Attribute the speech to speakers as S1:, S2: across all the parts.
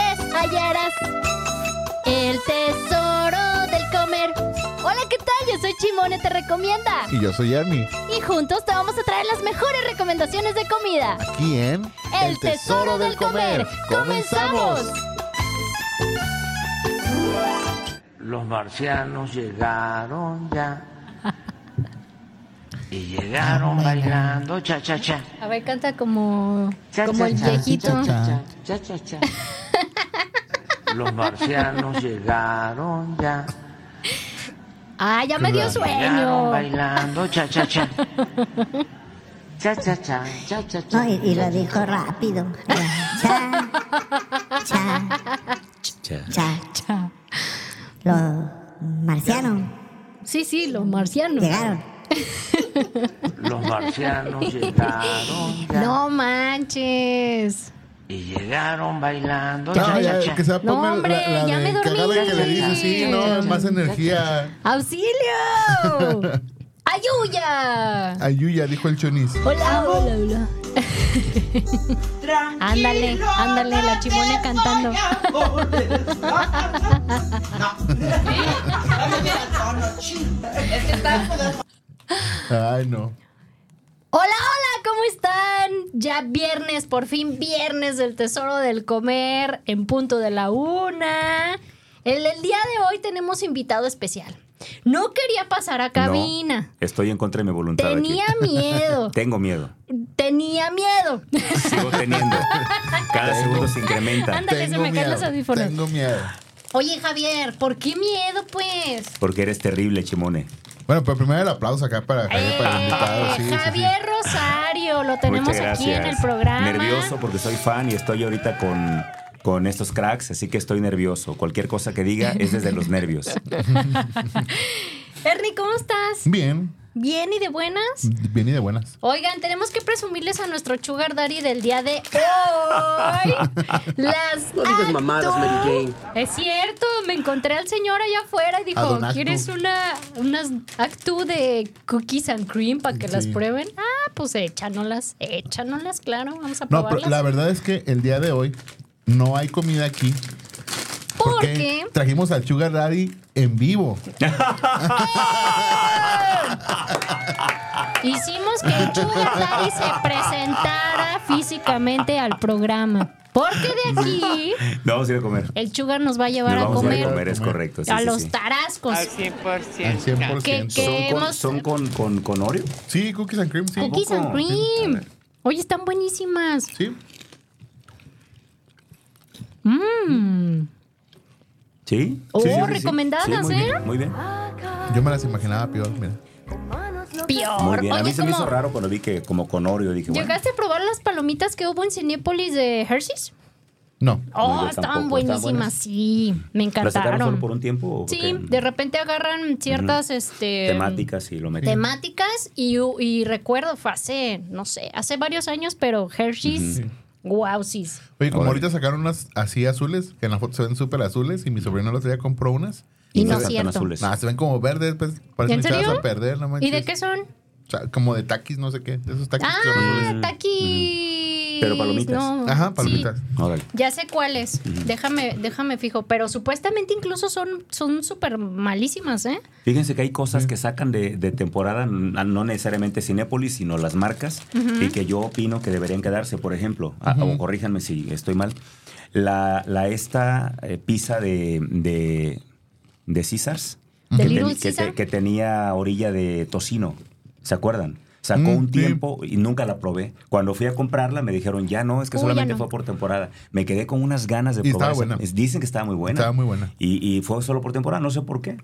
S1: hallarás el tesoro del comer. Hola, ¿qué tal? Yo soy Chimone, te recomienda.
S2: Y yo soy Yami.
S1: Y juntos te vamos a traer las mejores recomendaciones de comida.
S2: Aquí en
S1: El, tesoro, del comer. ¡Comenzamos!
S3: Los marcianos llegaron ya. Y llegaron bailando cha cha cha.
S1: A ver, canta como,
S3: Cha,
S1: como
S3: cha,
S1: el
S3: cha,
S1: viejito.
S2: cha, cha.
S3: Cha cha cha cha. Los marcianos llegaron ya.
S1: Ah, ya me dio
S2: Claro.
S3: Llegaron
S1: sueño.
S3: bailando cha cha cha. Cha cha cha, cha cha cha.
S4: No, y, y lo dijo rápido. Cha, cha, cha.
S1: Cha.
S4: Los marcianos
S1: Sí, sí, los marcianos.
S4: llegaron.
S3: Los marcianos llegaron ya.
S1: No manches.
S3: Y llegaron bailando
S2: No,
S3: cha cha
S2: Ah, ya,
S3: cha.
S2: que se
S1: No,
S2: ponga
S1: hombre,
S2: la, la
S1: ya me
S2: de
S1: dormí.
S2: cagada que le dice, sí, no, más energía.
S1: ¡Auxilio! ¡Ayuya!
S2: Ayuya, dijo el chonis.
S1: Hola, hola, hola. Ándale, ándale, la chimone cantando.
S2: Ay, no.
S1: Hola, hola, ¿cómo están? Ya viernes, por fin viernes del Tesoro del Comer en punto de la una. El, el día de hoy tenemos invitado especial. No quería pasar a cabina.
S5: Estoy en contra de mi voluntad. aquí.
S1: Tenía miedo.
S5: Tengo miedo.
S1: Tenía miedo.
S5: Sigo teniendo. Cada segundo se incrementa.
S1: Ándale, se me caen los audífonos.
S2: Tengo miedo.
S1: Oye, Javier, ¿por qué miedo, pues?
S5: Porque eres terrible, Chimone.
S2: Bueno, pero primero el aplauso acá para Javier, para el
S1: Eh,
S2: invitado. Sí, sí, sí.
S1: Javier Rosario, lo tenemos
S5: Muchas
S1: aquí
S5: gracias.
S1: en el programa.
S5: Nervioso porque soy fan y estoy ahorita con, con estos cracks, así que estoy nervioso. Cualquier cosa que diga es desde los nervios.
S1: Ernie, ¿cómo estás?
S2: Bien,
S1: ¿Bien y de buenas?
S2: bien y de buenas.
S1: Oigan, tenemos que presumirles a nuestro Sugar Daddy del día de hoy. Las
S6: No digas mamadas, Mary Jane.
S1: Es cierto, me encontré al señor allá afuera y
S2: A
S1: dijo,
S2: don Actu.
S1: ¿quieres una, unas actu de cookies and cream para que las
S2: Sí.
S1: prueben? Ah, pues échanolas, échanolas, claro, vamos a
S2: No, pero
S1: probarlas.
S2: la verdad es que el día de hoy no hay comida aquí.
S1: ¿Por
S2: porque
S1: qué?
S2: Trajimos al Sugar Daddy en vivo.
S1: Hicimos que el Sugar Daddy se presentara físicamente al programa. Porque de aquí
S5: No, vamos a ir a comer.
S1: el Sugar nos va a llevar
S5: Nos
S1: a
S5: vamos a ir
S1: comer
S5: a comer, es correcto. sí,
S1: a
S5: sí,
S1: los
S5: sí.
S1: tarascos.
S7: Al 100%.
S2: Al 100%.
S1: ¿Qué, qué?
S5: ¿Son, con,
S1: Hemos-
S5: son con, con, con Oreo?
S2: Sí, cookies and cream, sí.
S5: Cookies.
S1: Cookies and
S5: poco? A
S1: cream.
S5: ver.
S1: Oye, están buenísimas.
S2: Sí.
S1: Mmm.
S5: Sí.
S1: Oh,
S2: sí, sí.
S1: recomendadas,
S5: Sí, muy
S1: ¿eh?
S5: bien, muy bien.
S2: Yo me las imaginaba peor, mira.
S1: Peor.
S5: Muy bien. A mí
S1: Oye,
S5: se me hizo
S1: como
S5: raro cuando vi que como con Oreo dije, bueno,
S1: ¿Llegaste a probar las palomitas que hubo en Cinépolis de Hershey's?
S2: No.
S1: Oh,
S5: yo
S1: estaban
S5: tampoco. ¿Estaban
S1: buenísimas,
S5: buenas?
S1: sí. Me
S5: ¿la sacaron solo
S1: encantaron.
S5: por un tiempo? o
S1: Sí,
S5: qué?
S1: de repente agarran ciertas este,
S5: temáticas y lo meten.
S1: temáticas y, y recuerdo, fue hace, no sé, hace varios años, pero Hershey's, wow, sí.
S2: Oye, como
S5: Órale.
S2: ahorita sacaron unas así azules, que en la foto se ven súper azules, y mi sobrino la otro día compró unas.
S1: Y
S5: se
S1: no es
S5: saltan
S1: cierto.
S5: azules.
S2: Nada, se ven como verdes, pues parecen
S1: ¿En
S2: echadas
S1: serio?
S2: a perder, no manches.
S1: ¿Y de qué son?
S2: O sea, como de taquis, no sé qué. De esos taquis que son azules.
S1: Ah, taquis.
S5: Pero palomitas.
S1: No,
S2: Ajá,
S1: sí.
S2: palomitas.
S5: Órale.
S1: Ya sé cuáles. Déjame, déjame fijo. Pero supuestamente incluso son son súper malísimas, ¿eh?
S5: Fíjense que hay cosas que sacan de, de temporada, n- no necesariamente Cinépolis, sino las marcas, y que yo opino que deberían quedarse. Por ejemplo, a- o corríjanme si estoy mal, la, la esta eh, pizza de, de, de Caesars,
S1: ¿De
S5: que,
S1: Little
S5: ten- que te-
S1: Caesar?
S5: que tenía orilla de tocino, ¿se acuerdan? Sacó
S2: Mm,
S5: un
S2: sí.
S5: tiempo y nunca la probé. Cuando fui a comprarla me dijeron, ya no, es que
S1: Uy, ya
S5: solamente
S1: no.
S5: fue por temporada. Me quedé con unas ganas de
S2: Y estaba
S5: probar. esa-
S2: buena.
S5: Dicen que estaba muy buena.
S2: Estaba muy buena. Ah,
S5: Y, y fue solo por temporada, no sé por qué.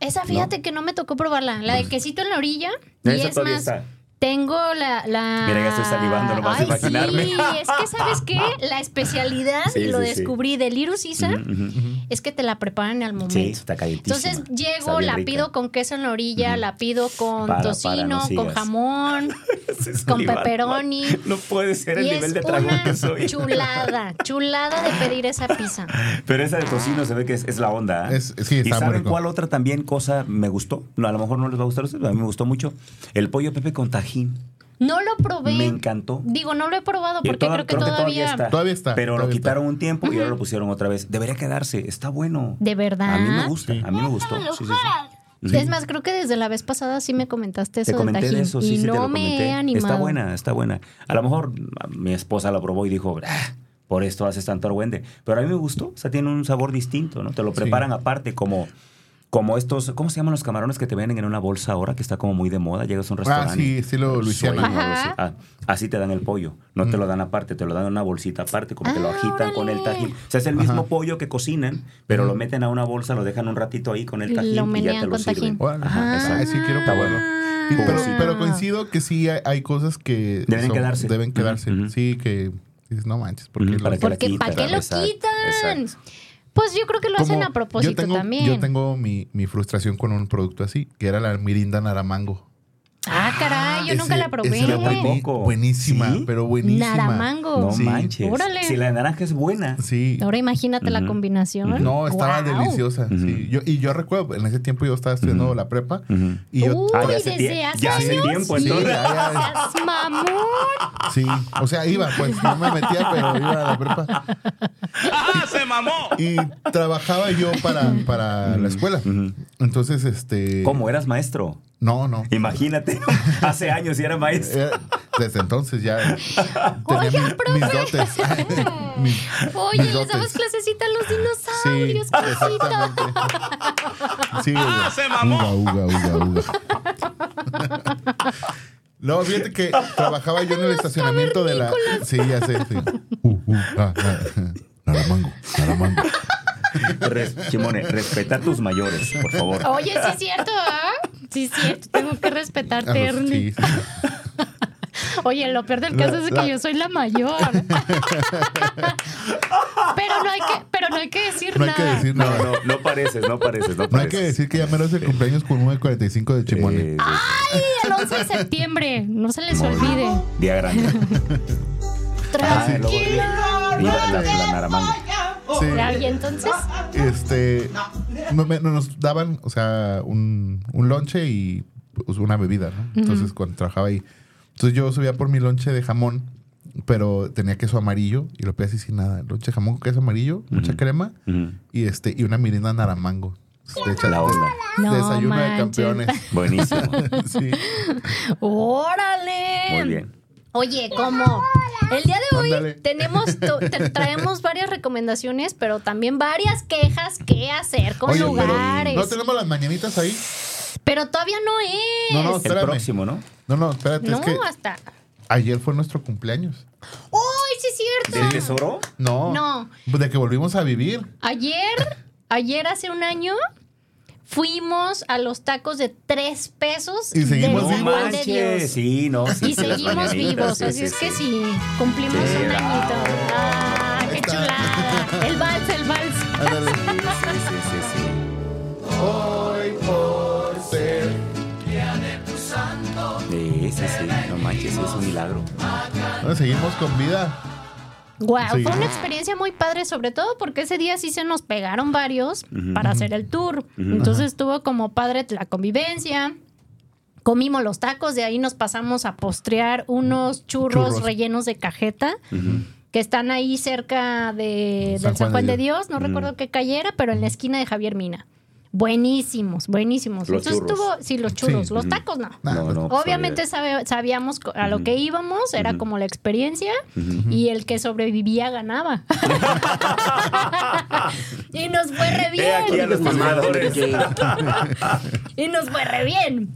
S1: Esa fíjate que no me tocó probarla. La de quesito en la orilla.
S5: Esa
S1: y es
S5: todavía
S1: más,
S5: está.
S1: tengo la, la-
S5: Mira, ya estoy salivando, no vas a
S1: Ay,
S5: imaginarme.
S1: Sí, es que sabes qué? La especialidad,
S5: Sí,
S1: y lo
S5: sí, sí.
S1: descubrí de Little Caesar,
S5: Ujú, ujú.
S1: es que te la preparan al momento.
S5: Sí, está calientísima.
S1: Entonces
S5: Está
S1: llego,
S5: bien
S1: la
S5: rica.
S1: pido con queso en la orilla, la pido con
S5: Para, para,
S1: tocino,
S5: no
S1: con
S5: sigas.
S1: jamón.
S5: Estoy
S1: con
S5: salivando.
S1: pepperoni.
S5: No puede ser el
S1: y
S5: nivel
S1: es
S5: de tragón que
S1: una
S5: soy.
S1: chulada, chulada de pedir esa pizza.
S5: Pero esa de tocino se ve que es, es la onda. ¿eh?
S2: Es- sí, está
S5: ¿Y
S2: muy
S5: saben
S2: rico.
S5: cuál otra también cosa me gustó? No, a lo mejor no les va a gustar a ustedes, pero a mí me gustó mucho. El pollo pepe con tajín.
S1: No lo probé.
S5: Me encantó.
S1: Digo, no lo he probado
S5: Y
S1: porque
S5: toda-
S1: creo que todavía.
S5: está.
S2: Todavía está,
S5: Pero
S2: todavía
S5: lo
S2: está.
S5: quitaron un tiempo y ahora lo pusieron otra vez. Debería quedarse. Está bueno.
S1: De verdad.
S5: A mí me gusta. A mí me gustó. Sí, sí, sí. Sí.
S1: Es más, creo que desde la vez pasada sí me comentaste eso
S5: te comenté
S1: del
S5: de
S1: tajín
S5: eso,
S1: y
S5: sí, sí,
S1: no
S5: te lo
S1: me he
S5: comenté.
S1: animado.
S5: Está buena, está buena. A lo mejor a- mi esposa la probó y dijo, "Ah, por esto haces tanto argüende. Pero a mí me gustó, o sea, tiene un sabor distinto, ¿no? Te lo
S2: Sí.
S5: preparan aparte como, como estos, ¿cómo se llaman los camarones que te venden en una bolsa ahora que está como muy de moda? Llegas a un restaurante.
S2: Ah, sí, estilo Luisiana.
S5: Sueño, algo
S1: Ajá.
S5: así. Ah, así te dan el pollo, no te lo dan aparte, te lo dan en una bolsita aparte, como que lo
S1: Ah,
S5: agitan con el
S1: órale.
S5: tajín. O sea, es el mismo pollo que cocinan, pero lo meten a una bolsa, lo dejan un ratito ahí con
S1: Y
S5: el
S1: lo
S5: tajín y, ya
S1: menean
S5: te lo
S1: con
S5: sirven.
S1: tajín.
S2: Órale.
S5: Ajá,
S2: Ay,
S5: exacto.
S2: sí, quiero
S5: Está
S2: probarlo.
S5: bueno.
S2: Y- pero,
S5: Jugosito.
S2: pero coincido que sí hay, hay cosas que
S5: Deben quedarse.
S2: deben quedarse.
S5: Ujú, ujú.
S2: Sí, que dices, no manches, porque
S5: Ujú, para que la
S1: Porque ¿para qué
S5: quitan,
S1: lo
S5: exacto,
S1: quitan?
S5: exacto.
S1: Pues yo creo que lo hacen
S2: como
S1: a propósito
S2: yo tengo,
S1: también.
S2: Yo tengo mi, mi frustración con un producto así, que era la mirinda naramango.
S1: Ah, caray, yo
S2: Ese-
S1: nunca la probé.
S2: esa era
S5: Yo
S2: bueni-
S5: tampoco.
S2: buenísima,
S5: ¿Sí?
S2: pero buenísima.
S1: Naramango.
S5: No
S2: Sí.
S5: manches.
S1: Órale.
S5: Si la naranja es buena.
S2: Sí.
S1: Ahora imagínate la
S5: Ujú.
S1: combinación.
S2: No, estaba
S1: Guau.
S2: deliciosa. sí.
S5: Ujú.
S2: Yo, y yo recuerdo, en ese tiempo yo estaba estudiando la prepa
S5: Ujú.
S2: y yo
S1: Uy,
S5: Ah, ya hace
S1: desde
S5: tie-
S1: Uh, hace
S5: ya hace
S1: años.
S5: tiempo,
S1: sí,
S5: entonces.
S2: Ya, ya.
S1: seas mamón.
S2: Sí, o sea, iba, pues no me metía, pero iba a la prepa. se mamó! Y trabajaba yo para, para la escuela.
S5: ujú.
S2: Entonces, este.
S5: ¿Cómo eras maestro?
S2: No, no.
S5: Imagínate, hace años y era maestro.
S2: Eh, Desde entonces ya. tenía
S1: Oiga,
S2: mi-
S1: profe.
S2: mis dotes. Mis-
S1: Oye,
S2: mis
S1: les damos
S2: dotes.
S1: clasecita a los
S2: Sí,
S1: dinosaurios, cosita.
S2: exactamente. Sí, ¡Ah, se mamó! Uga, uga, uga, uga. No, fíjate que trabajaba yo en el estacionamiento de la. Sí, ya sé. Sí. Uh, uh, ah, ah, Naramango, Naramango.
S5: Res- Chimone, respeta a tus mayores, por favor.
S1: Oye, sí es cierto, ¿ah? Sí es cierto, tengo que respetarte,
S2: Ah, pues,
S1: Ernie.
S2: sí, sí.
S1: Oye, lo peor del
S2: La-
S1: caso es que
S2: la-
S1: yo soy la mayor. pero no hay que, pero no hay que decir
S2: No hay
S1: nada.
S2: que decir
S5: No,
S2: nada.
S5: no, no pareces, no pareces, no pareces.
S2: No hay que decir que ya menos el cumpleaños con 9.45 de Chimone.
S5: Eh,
S1: Ay, el 11 de septiembre, no Ah, se les
S5: Muy
S1: olvide.
S5: Día grande. Ah, luego-
S1: Tranquila.
S5: Mira, la, la naramanga.
S2: Sí.
S1: Oh, Ya, Y entonces,
S2: Este. no me- no nos daban, o sea, un, un lonche y pues, una bebida, ¿no? Entonces, cuando trabajaba ahí. Entonces, yo subía por mi lonche de jamón, pero tenía queso amarillo y lo pedía así sin nada. Lonche de jamón con queso amarillo, mucha crema
S5: Ujú.
S2: y este y una mirinda naramango. Este, De hecho,
S5: La onda.
S1: No
S2: desayuno
S1: manches.
S2: de campeones.
S5: Buenísimo.
S2: sí.
S1: órale.
S5: Muy bien.
S1: Oye, ¿cómo? El día de hoy
S2: Ándale.
S1: tenemos to- te- traemos varias recomendaciones, pero también varias quejas que hacer con
S2: Oye, pero,
S1: lugares.
S2: ¿No
S1: Pero,
S2: tenemos las mañanitas ahí?
S1: todavía no es.
S2: No, no,
S5: El
S2: espérame.
S5: próximo, ¿no?
S2: No, no, espérate,
S1: No,
S2: es que
S1: hasta.
S2: ayer fue nuestro cumpleaños.
S1: ¡Uy, sí es
S5: ¿Del
S1: cierto!
S5: tesoro?
S2: No.
S1: No.
S2: De que volvimos a vivir.
S1: Ayer, ayer hace un año, fuimos a los tacos de tres pesos
S2: Y seguimos
S1: del
S5: No
S2: vivos.
S1: Juan de Dios.
S5: manches. Sí, no. sí,
S1: Y
S5: sí, las
S1: seguimos
S5: mañanitas,
S1: vivos,
S5: sí,
S1: así
S5: sí,
S1: es que
S5: sí.
S1: sí, cumplimos
S5: Sí,
S1: un
S5: bravo.
S1: añito. ¡Ah,
S2: Ahí
S1: qué
S2: está.
S1: chulada! El vals, el vals.
S2: Ándale.
S5: Sí, sí, sí, sí, sí.
S2: Hoy por ser.
S5: Sí, sí, sí, no manches, es un milagro.
S2: Bueno, seguimos con vida.
S1: Wow,
S2: Sí.
S1: fue una experiencia muy padre, sobre todo porque ese día sí se nos pegaron varios para hacer el tour. Entonces estuvo como padre la convivencia. Comimos los tacos, de ahí nos pasamos a postrear unos churros,
S2: Churros.
S1: rellenos de cajeta que están ahí cerca de,
S2: San
S1: del San Juan de Dios. No
S5: Ujú.
S1: recuerdo qué calle era, pero en la esquina de Javier Mina. Buenísimos, buenísimos.
S5: Los
S1: Entonces
S5: churros.
S1: estuvo, sí, los churros,
S2: Sí.
S1: los
S5: Ujú.
S1: tacos no.
S2: Nah,
S5: No, no. pues,
S1: Obviamente sabe- sabíamos co- a lo que íbamos, era como la experiencia y el que sobrevivía ganaba. y nos fue re
S5: He aquí a
S1: bien.
S5: los mamadores.
S1: Y nos fue re bien.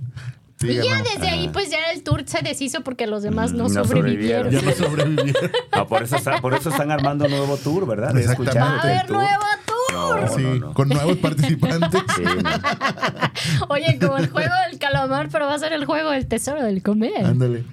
S2: Sí, Mm,
S1: y ya
S2: ganamos.
S1: desde ahí pues ya el tour se deshizo porque los demás no,
S5: No
S1: sobrevivieron.
S5: sobrevivieron.
S2: Ya no sobreviví.
S5: Ah, por, eso está- por eso están armando un nuevo tour, ¿verdad? He
S2: Exactamente.
S5: escuchado
S1: Va a
S5: del
S1: haber
S5: tour.
S1: nuevo tour.
S5: No,
S2: sí,
S5: no, no.
S2: con nuevos participantes.
S5: Sí, no.
S1: Oye, como el juego del calamar, pero va a ser el juego del tesoro del comer.
S2: Ándale.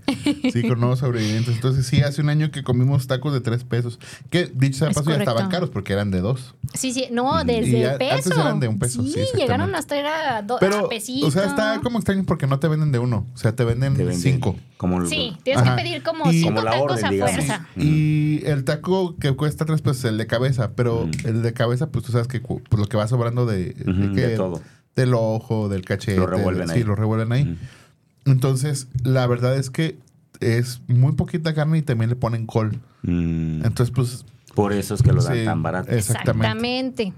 S2: Sí, con nuevos sobrevivientes. Entonces, sí, hace un año que comimos tacos de tres pesos. Que dicho sea de
S1: Es
S2: paso, ya estaban
S1: correcto.
S2: caros porque eran de dos.
S1: Sí, sí, no,
S2: Y
S1: desde
S2: ya-
S1: el peso.
S2: antes eran de un peso, sí,
S1: Sí,
S2: exactamente.
S1: llegaron hasta era a do- a
S2: Pero,
S1: Ah, pesito.
S2: o sea, está como extraño porque no te venden de uno. O sea, te venden,
S5: Te venden
S2: cinco.
S5: Como el-
S1: Sí, tienes
S2: Ajá.
S1: que pedir como
S2: Y-
S1: cinco
S5: Como la
S1: tacos
S5: orden,
S1: a
S5: digamos.
S1: fuerza.
S2: Y el taco que cuesta tres pesos es el de cabeza, pero el de cabeza, pues tú sabes que cu- pues, lo que va sobrando de, de
S5: Mm. Ujú,
S2: que-
S5: de todo.
S2: del ojo, del cachete.
S5: Lo revuelven
S2: del-
S5: ahí.
S2: Sí, lo revuelven ahí. Entonces, la verdad es que es muy poquita carne y también le ponen col.
S5: Mm, Eh,
S2: Entonces, pues.
S5: por eso es que lo dan
S2: sí,
S5: tan barato.
S1: Exactamente.
S5: no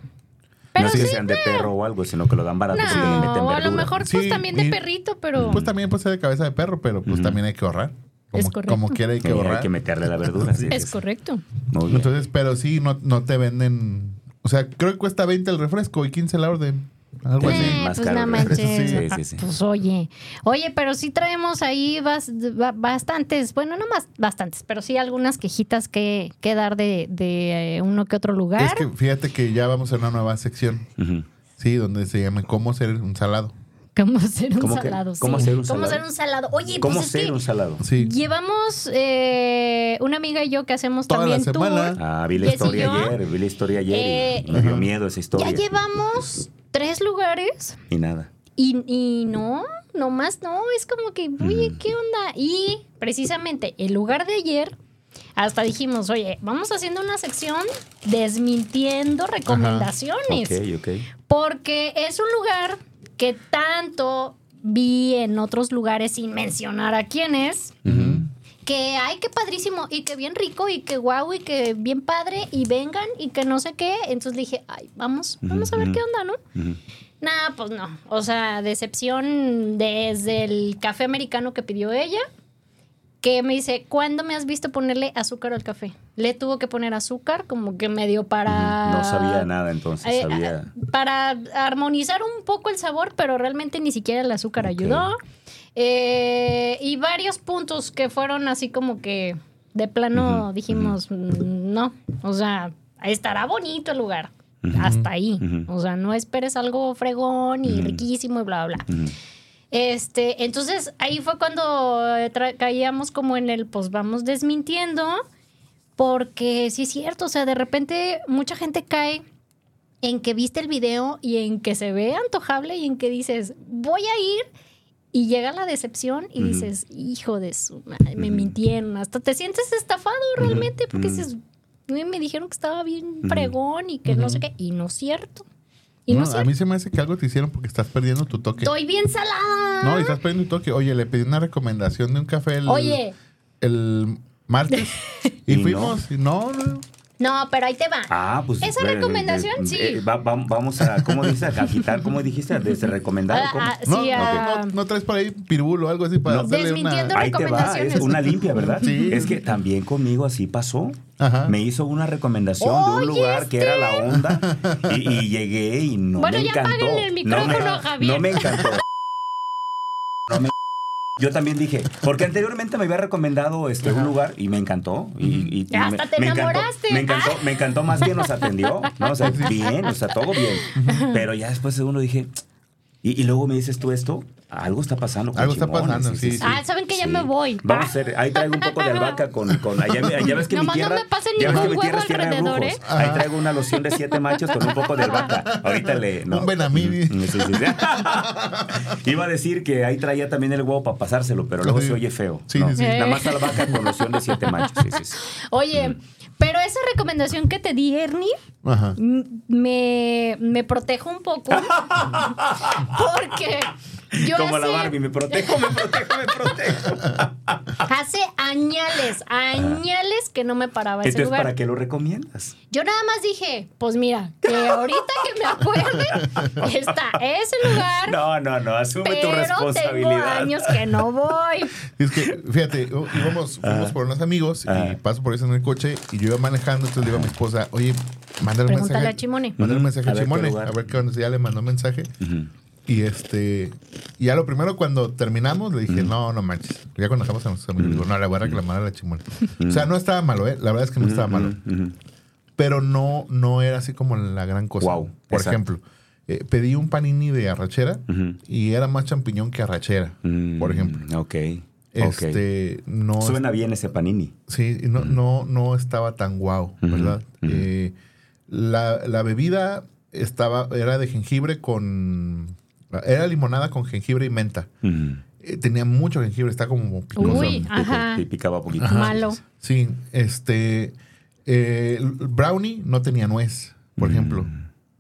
S1: Pero
S5: es
S1: sí,
S5: que sean de perro o algo, sino que lo dan barato porque le meten
S1: no, a lo
S5: verdura.
S1: mejor
S2: Sí,
S1: pues también de
S2: y-
S1: perrito, pero...
S2: Pues también puede ser de cabeza de perro, pero pues
S5: Ujú.
S2: también hay que ahorrar. Como,
S1: Es correcto.
S2: como quiera hay que
S5: Eh,
S2: ahorrar.
S5: hay que meterle la verdura. así
S1: es
S5: que-
S1: correcto.
S5: Muy bien.
S2: Entonces, pero sí, no, no te venden. O sea, creo que cuesta 20 el refresco y 15 la orden. Algo
S5: Pues
S2: así.
S5: sí,
S1: Eh,
S5: más
S1: pues
S5: caro
S1: no
S5: el refresco,
S1: manches.
S5: sí. Sí, sí, sí.
S1: Pues oye, oye, pero sí traemos ahí bas- ba- bastantes, bueno, no más bastantes, pero sí algunas quejitas que, que dar de, de, eh, uno que otro lugar.
S2: Es que fíjate que ya vamos a una nueva sección.
S5: Ujú.
S2: Sí, donde se llama ¿Cómo ser un salado?
S1: ¿Cómo ser un
S5: ¿Cómo que-
S1: salado?
S5: cómo
S1: sí.
S5: hacer un
S1: ¿Cómo
S5: salado?
S1: ser un salado? Oye,
S5: ¿Cómo
S1: pues es
S5: ser
S1: que
S5: un salado?
S2: Sí.
S1: llevamos eh, una amiga y yo que hacemos
S2: Toda la
S1: también tour.
S2: semana.
S5: Ah, vi la
S1: ¿Jessy
S5: historia
S1: yo?
S5: ayer, vi la historia ayer
S1: Eh,
S5: y me dio
S2: Ajá.
S5: miedo esa historia.
S1: Ya llevamos tres lugares
S5: Y nada.
S1: Y, y no, nomás no, es como que, oye, ¿qué onda? Y precisamente el lugar de ayer, hasta dijimos, oye, vamos haciendo una sección desmintiendo recomendaciones,
S5: Ok, ok.
S1: porque es un lugar que tanto vi en otros lugares sin mencionar a quién es,
S5: Ujú.
S1: que ay, qué padrísimo, y que bien rico, y que guau, y que bien padre, y vengan, y que no sé qué. Entonces dije, ay, vamos, vamos a ver qué
S5: Ujú.
S1: onda, ¿no?
S5: Ujú.
S1: Nah, pues no. O sea, decepción desde el café americano que pidió ella, que me dice, ¿cuándo me has visto ponerle azúcar al café? Le tuvo que poner azúcar, como que medio para...
S5: Ujú. No sabía nada entonces,
S1: Ah. Eh,
S5: sabía.
S1: a- Para armonizar un poco el sabor, pero realmente ni siquiera el azúcar
S5: Ok.
S1: ayudó. Eh, y varios puntos que fueron así como que de plano
S5: Ujú,
S1: dijimos, "Mm, no, o sea, estará bonito el lugar.
S5: Ujú.
S1: Hasta ahí.
S5: Ujú.
S1: O sea, no esperes algo fregón y
S5: Ujú.
S1: riquísimo y bla, bla, bla.
S5: Ujú.
S1: Este, entonces ahí fue cuando eh, tra- caíamos como en el, pues vamos desmintiendo, porque sí es cierto, o sea, de repente mucha gente cae en que viste el video y en que se ve antojable y en que dices, voy a ir. Y llega la decepción y
S5: Ujú.
S1: dices, hijo de su madre, me
S5: Ujú.
S1: mintieron. Hasta te sientes estafado realmente porque
S5: Ujú.
S1: dices, "Güey, me dijeron que estaba bien
S5: Ujú.
S1: fregón y que no sé qué. Y no es cierto. Y no,
S2: No,
S1: es
S2: a
S1: cierto.
S2: mí se me hace que algo te hicieron porque estás perdiendo tu toque.
S1: Estoy bien salada.
S2: No, y estás perdiendo tu toque. Oye, le pedí una recomendación de un café el,
S1: Oye,
S2: el martes
S5: Y
S2: y
S5: no.
S2: fuimos. y No, no,
S1: no, pero ahí te va.
S5: Ah, pues.
S1: Esa
S5: eh, eh,
S1: recomendación,
S5: eh,
S1: sí.
S5: eh, va- va- vamos a, ¿cómo dices? A quitar, ¿cómo dijiste? Desde recomendado.
S1: Ah,
S5: ¿cómo?
S1: ah,
S2: no,
S1: sí,
S2: no,
S1: ah,
S2: no, no traes por ahí pirul o algo así para
S5: No.
S2: hacerle
S1: Desmintiendo-
S2: una...
S5: Ahí te va, es
S1: recomendaciones.
S5: una limpia, ¿verdad?
S2: Sí.
S5: Es que también conmigo así pasó.
S2: Ajá.
S5: Me hizo una recomendación de
S1: Oye, este.
S5: un lugar que era la onda y, y llegué y no
S1: Bueno,
S5: me
S1: ya
S5: encantó.
S1: apáguenle el
S5: no
S1: micrófono,
S5: me,
S1: Javier.
S5: No me encantó. No me- yo también dije, porque anteriormente me había recomendado este un lugar y me encantó. Y, y- y
S1: Hasta
S5: me,
S1: te
S5: me encantó,
S1: enamoraste.
S5: me encantó, me encantó más bien, nos atendió. ¿no? O sea, bien, o sea, todo bien. Pero ya después de uno dije, y, y luego me dices tú esto, algo está pasando. con
S2: Algo está
S5: Chimones,
S2: pasando, sí, sí.
S1: Ah, ¿saben qué? Ya me voy.
S5: Vamos a hacer, ahí traigo un poco de albahaca con, con allá, allá ves que
S1: Nomás
S5: mi
S1: no
S5: tierra,
S1: me pasen
S5: ya ves que
S1: ningún
S5: mi tierra
S1: huevo
S5: es tierra de
S1: alrededor,
S5: brujos.
S1: ¿eh?
S5: Ahí traigo una loción de siete machos con un poco de albahaca. Ahorita le
S2: Un Benamidi.
S5: Mm, sí, sí, sí. Iba a decir que ahí traía también el huevo para pasárselo, pero luego
S2: Sí.
S5: se oye feo.
S2: Sí,
S5: No,
S2: sí, sí.
S5: Nada más albahaca con loción de siete machos. Sí, sí, sí.
S1: Oye, pero esa recomendación que te di, Ernie,
S2: Ajá.
S1: m- me, me protejo un poco. porque yo Pues
S5: Como
S1: hace,
S5: la Barbie, me protejo, me protejo, me protejo.
S1: hace añales, añales que no me paraba ese
S5: Entonces,
S1: lugar.
S5: ¿para qué lo recomiendas?
S1: Yo nada más dije, pues mira, que ahorita que me acuerde, está ese lugar.
S5: No, no, no, asume tu
S1: pero tengo
S5: responsabilidad.
S1: años que no voy.
S2: Y es que, fíjate, u- íbamos,
S5: Ah.
S2: fuimos por unos amigos y
S5: Ajá.
S2: paso por eso en el coche y yo iba manejando, entonces le digo a mi esposa, oye, mándale un
S1: Pregúntale
S2: mensaje.
S1: a Chimone.
S2: Mándale un
S5: Ujú,
S2: mensaje
S5: Ah. a
S2: a,
S5: ver qué
S2: Chimone,
S5: lugar.
S2: a ver qué onda, ya le mandó un mensaje.
S5: Ujú.
S2: Y este, y ya lo primero cuando terminamos le dije, no, no manches. Ya cuando dejamos a nuestros amigos, digo, no, le voy a reclamar a la Chimone. O sea, no estaba malo, ¿eh? La verdad es que no estaba malo.
S5: Ujú.
S2: Pero no, no era así como la gran cosa.
S5: Guau,
S2: por
S5: exacto.
S2: ejemplo, eh, pedí un panini de arrachera
S5: Ujú.
S2: y era más champiñón que arrachera,
S5: Mm,
S2: por ejemplo.
S5: Ok. ok.
S2: Este, no
S5: Suena bien ese panini.
S2: Sí, y no, no, no estaba tan guau,
S5: Ujú,
S2: ¿verdad?
S5: ujú.
S2: Eh, la, la bebida estaba, era de jengibre con. Era limonada con jengibre y menta. Eh, tenía mucho jengibre, está como picoso.
S1: Uy, ajá.
S5: Y picaba poquito.
S1: Malo.
S2: Sí,
S5: Mm.
S2: este. eh, el brownie no tenía nuez, por ejemplo.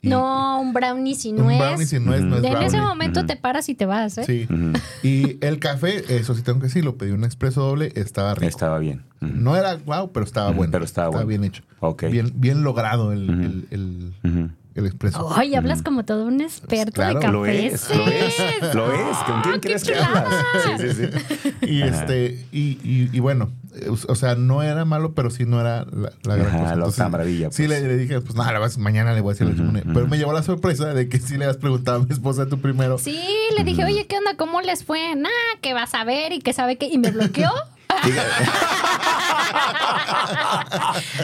S2: Y
S1: No, un brownie sin
S2: Un
S1: nuez.
S2: brownie sin nuez no es
S1: De- en ese
S2: brownie.
S1: momento
S5: Ujú.
S1: te paras y te vas, ¿eh?
S2: Sí.
S5: Ujú.
S2: Y el café, eso sí tengo que decirlo, pedí un expreso doble, estaba rico.
S5: Estaba bien. Ujú.
S2: No era wow, pero estaba
S5: Ujú,
S2: bueno.
S5: pero estaba bueno.
S2: bien hecho.
S5: Ok.
S2: Bien, bien logrado el,
S5: Ujú.
S2: el- el-
S5: Ujú.
S2: el expreso.
S1: Ay, hablas como todo un experto
S2: Claro,
S1: de cafés.
S5: Mm. Lo es, lo es, lo es. ¿Con quién
S1: Ah, qué
S5: crees que
S1: chulada.
S5: hablas? Sí, sí, sí.
S2: Y
S5: Ajá.
S2: este, y, y- y bueno, eh, o sea, no era malo, pero sí no era la, la gran
S5: Ajá,
S2: cosa.
S5: la octava maravilla,
S2: Sí
S5: pues.
S2: le, le dije, pues nada, la vas- mañana le voy a decir a la
S5: Ujú,
S2: Simone. Pero
S5: ujú.
S2: me llevó la sorpresa de que sí le has preguntado a mi esposa tú primero.
S1: Sí, le
S5: Mm.
S1: dije, oye, ¿qué onda? ¿Cómo les fue? Nah, que vas a ver y que sabe qué. Y me bloqueó.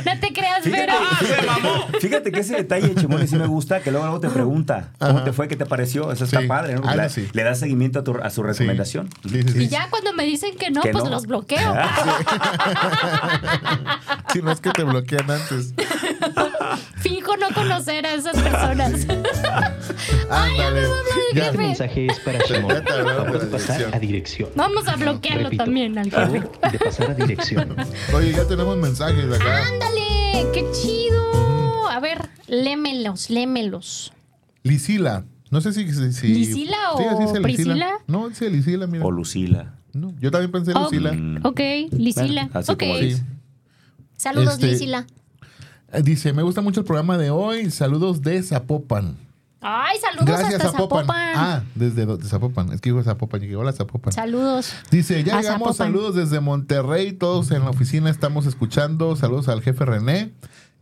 S1: no te creas,
S5: Fíjate,
S1: pero. ¡ah,
S5: fíjate- fíjate que ese detalle, Chimone, sí me gusta, que luego, luego te pregunta cómo
S2: Ajá.
S5: te fue, qué te pareció. Eso está
S2: Sí.
S5: padre, ¿no?
S2: Ah,
S5: La-
S2: no, sí.
S5: Le das seguimiento a, tu- a su
S2: Sí.
S5: recomendación.
S2: Sí, sí, sí.
S1: Y ya cuando me dicen que no,
S5: Que
S1: pues
S5: no.
S1: los bloqueo.
S2: Si no es que te bloquean antes.
S1: Fijo no conocer a esas personas. Ay, ya me
S2: Ándale.
S1: voy a hablar del
S2: Ya.
S6: Este
S1: jefe.
S6: mensaje es para
S2: Ya
S6: Shimon.
S2: te hablaron de
S6: Favor
S2: la
S6: de pasar a dirección.
S1: Vamos a bloquearlo
S6: Repito,
S1: también al jefe.
S6: favor de pasar a dirección.
S2: Oye, ya tenemos mensajes acá.
S1: Ándale, qué chido. A ver, lémelos, lémelos.
S2: Lisila. No sé si. si, si-
S1: ¿Lisila o
S2: así dice
S1: Priscila?
S2: No, dice Lisila, mira.
S5: O Lucila.
S2: No, yo también pensé en
S1: Oh.
S2: Lucila.
S1: Ok, Lisila.
S5: Mm. Bueno, así
S1: ok.
S5: como
S2: Sí.
S5: dice.
S1: Saludos,
S2: Este-
S1: Lisila.
S2: Eh, Dice, me gusta mucho el programa de hoy. Saludos de Zapopan.
S1: Ay, saludos
S2: Gracias,
S1: hasta
S2: Zapopan.
S1: Zapopan.
S2: Ah, desde do- de Zapopan. Es que digo Zapopan. Y dije, hola, Zapopan.
S1: Saludos.
S2: Dice, ya
S1: A
S2: llegamos.
S1: Zapopan.
S2: Saludos desde Monterrey. Todos en la oficina estamos escuchando. Saludos al jefe René,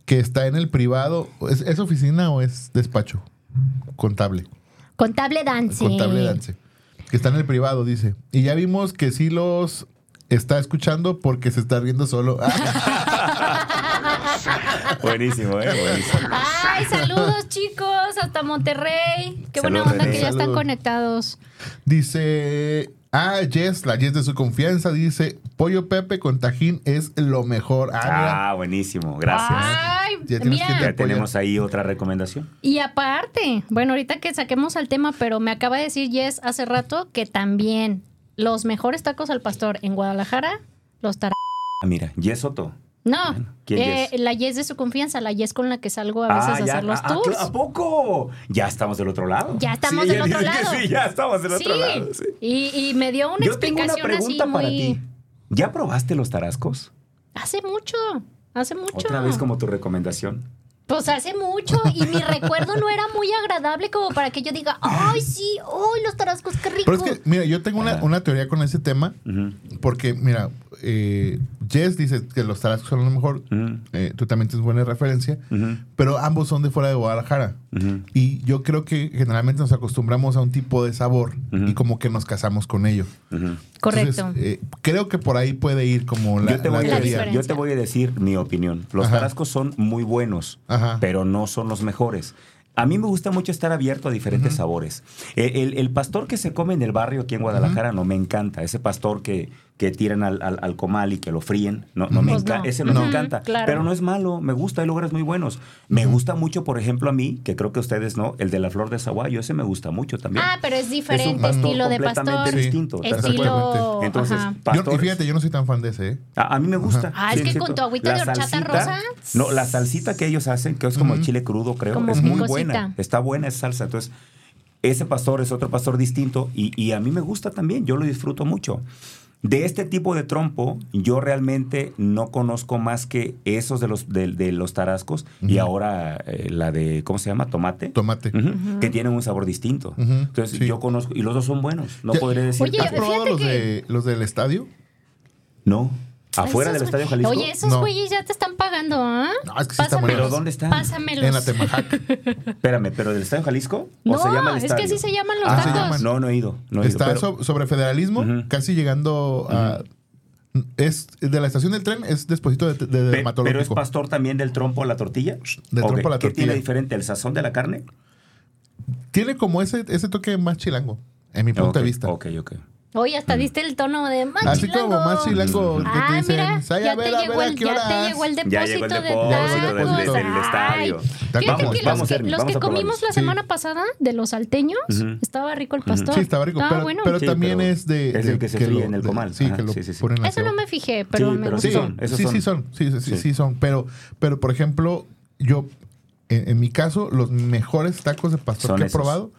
S2: que está en el privado. ¿Es, es oficina o es despacho? Contable.
S1: Contable Dance.
S2: Contable Dance. Que está en el privado, dice. Y ya vimos que sí los está escuchando porque se está riendo solo. Ah,
S5: Buenísimo, ¿eh? Buenísimo.
S1: Ay, saludos, chicos, hasta Monterrey. Qué buena
S5: Saludos,
S1: onda que
S5: René.
S1: ya están
S2: Saludos.
S1: conectados.
S2: Dice. Ah, Jess, la Jess de su confianza, dice: Pollo Pepe con tajín es lo mejor. Ah,
S5: Ah, buenísimo. Gracias.
S1: Ay,
S2: Ya tienes que
S1: mira.
S5: Ya tenemos ahí otra recomendación.
S1: Y aparte, bueno, ahorita que saquemos al tema, pero me acaba de decir Jess hace rato que también los mejores tacos al pastor en Guadalajara, los tar...
S5: Ah, mira, Yesoto.
S1: No,
S5: ¿quién
S1: eh,
S5: Jess?
S1: la Jess de su confianza, la Jess con la que salgo a veces
S5: Ah,
S1: a
S5: ya,
S1: hacer los
S5: ah, ah,
S1: tours.
S5: ¿A poco? Ya estamos del otro lado.
S1: Ya estamos
S5: Sí,
S1: del
S5: ya
S1: otro
S5: dices que
S1: lado.
S5: Sí, ya estamos del
S1: sí,
S5: otro lado. sí.
S1: y, y me dio una
S5: Yo tengo
S1: explicación
S5: una pregunta
S1: así muy...
S5: para ti. ¿Ya probaste los tarascos?
S1: Hace mucho, hace mucho.
S5: Otra vez como tu recomendación.
S1: Pues hace mucho y mi recuerdo no era muy agradable como para que yo diga, ay, sí, ay, los tarascos, qué rico.
S2: Pero es que, mira, yo tengo una,
S5: Ajá.
S2: una teoría con ese tema,
S5: Ujú,
S2: porque, mira, eh, Jess dice que los tarascos son lo mejor.
S5: ujú,
S2: Eh, tú también tienes buena referencia,
S5: ujú,
S2: pero ambos son de fuera de Guadalajara.
S5: ujú.
S2: Y yo creo que generalmente nos acostumbramos a un tipo de sabor
S5: Ujú.
S2: y como que nos casamos con ello.
S5: Ujú.
S1: Correcto.
S2: Entonces, eh, creo que por ahí puede ir como la,
S5: yo, te
S2: la
S5: voy a
S1: La
S5: decir,
S2: teoría.
S1: diferencia.
S5: yo te voy a decir mi opinión. Los
S2: Ajá.
S5: tarascos son muy buenos,
S2: Ajá.
S5: pero no son los mejores. A mí me gusta mucho estar abierto a diferentes sabores. El, el- el pastor que se come en el barrio aquí en Guadalajara no me encanta. Ese pastor que, que tiran al, al- al comal y que lo fríen, no, no me
S1: Pues no.
S5: encanta. Ese no, me
S1: No.
S5: encanta.
S1: Claro.
S5: Pero no es malo, me gusta, hay lugares muy buenos. Me gusta mucho, por ejemplo, a mí, que creo que ustedes no, el de la flor de Zaguayo, ese me gusta mucho también.
S1: Ah, pero es
S5: Es un
S1: diferente,
S5: pastor
S1: estilo de
S5: completamente
S1: pastor.
S2: Sí,
S5: distinto. ¿estás de acuerdo?
S1: Estilo.
S2: Exactamente.
S5: Entonces,
S1: ajá.
S2: Yo- y
S5: pastores-
S2: fíjate, yo no soy tan fan de ese, ¿eh.
S5: A, a mí me gusta.
S1: Ah, es que con tu agüita de horchata rosa.
S5: No, la salsita que ellos hacen, que es como el chile crudo, creo,
S1: Como
S5: es muy
S1: picosita.
S5: buena. Está buena esa salsa. Entonces, ese pastor es otro pastor distinto y, y a mí me gusta también. Yo lo disfruto mucho. De este tipo de trompo, yo realmente no conozco más que esos de los, de, de los tarascos y ahora eh, la de, ¿cómo se llama? Tomate.
S2: Tomate.
S5: Ujú, Que tienen un sabor distinto.
S2: Ujú,
S5: Entonces,
S2: sí.
S5: yo conozco, y los dos son buenos. No
S2: Ya-
S5: podré decir.
S1: Oye,
S2: ¿Has
S5: que-
S2: probado
S1: fíjate
S2: los,
S1: que-
S2: de, los del estadio?
S5: no. Afuera
S1: Esos
S5: del Estadio
S1: güey-
S5: Jalisco.
S1: Oye, esos
S2: No.
S1: güeyes ya te están pagando, ¿ah?
S2: No, es que sí están
S1: Pásamelos,
S5: ¿Pero dónde están?
S1: Pásamelos.
S2: En la Temajac.
S5: Espérame, ¿pero del Estadio Jalisco? ¿O
S1: No,
S5: se llama el
S1: es
S5: estadio?
S1: que así se llaman los
S2: Ah, se
S1: tacos.
S2: llaman.
S5: No, no he ido. No he ido,
S2: Está
S5: pero-
S2: so- sobre federalismo,
S5: Ujú.
S2: casi llegando a... Es de la estación del tren, es depósito de, de- de
S5: Pe- pero es
S2: dermatológico.
S5: pastor también del trompo a la tortilla.
S2: Del
S5: Ok,
S2: trompo a la
S5: ¿Qué tiene
S2: tortilla.
S5: diferente? ¿El sazón de la carne?
S2: Tiene como ese, ese toque más chilango, en mi punto
S5: Ok,
S2: de vista.
S5: Ok, ok.
S1: Oye, hasta diste el tono de más
S2: Así
S1: Ah, chilango.
S2: como más chilango, que te
S1: Ah,
S2: dicen,
S1: mira,
S2: "Ay, a
S1: ya,
S2: ver,
S1: te
S2: a
S1: llegó
S2: ver, ¿a
S1: el,
S2: qué
S1: ya
S2: hora?"
S1: te llegó el
S5: Ya llegó
S1: depósito
S5: el
S1: de
S5: depósito
S2: del-
S1: tacos.
S2: del
S1: Ay.
S5: estadio.
S1: Fíjate
S2: Vamos,
S1: que
S2: vamos,
S1: los que,
S5: Henry,
S1: los
S5: vamos
S1: que
S5: a probarlos.
S1: comimos la
S2: Sí.
S1: semana pasada de los salteños,
S5: Ujú.
S1: estaba rico el pastor.
S2: Sí, estaba rico,
S1: Ah,
S2: pero,
S1: bueno.
S2: pero
S5: Sí,
S2: también
S5: pero
S2: es de...
S5: es
S2: de
S5: el que se
S2: lo-
S5: fríe en el
S2: de-
S5: comal.
S2: Sí,
S5: Ajá,
S2: que lo
S5: sí, sí, sí.
S2: ponen
S1: Eso no me fijé, pero
S5: Sí,
S1: me
S5: pero
S1: gustó.
S2: Sí,
S5: son, esos
S2: sí, sí
S5: son.
S2: son. Sí, sí, sí,
S5: Sí.
S2: sí son. Pero, pero por ejemplo, yo en, en mi caso, los mejores tacos de pastor
S5: Son
S2: que he
S5: esos.
S2: probado,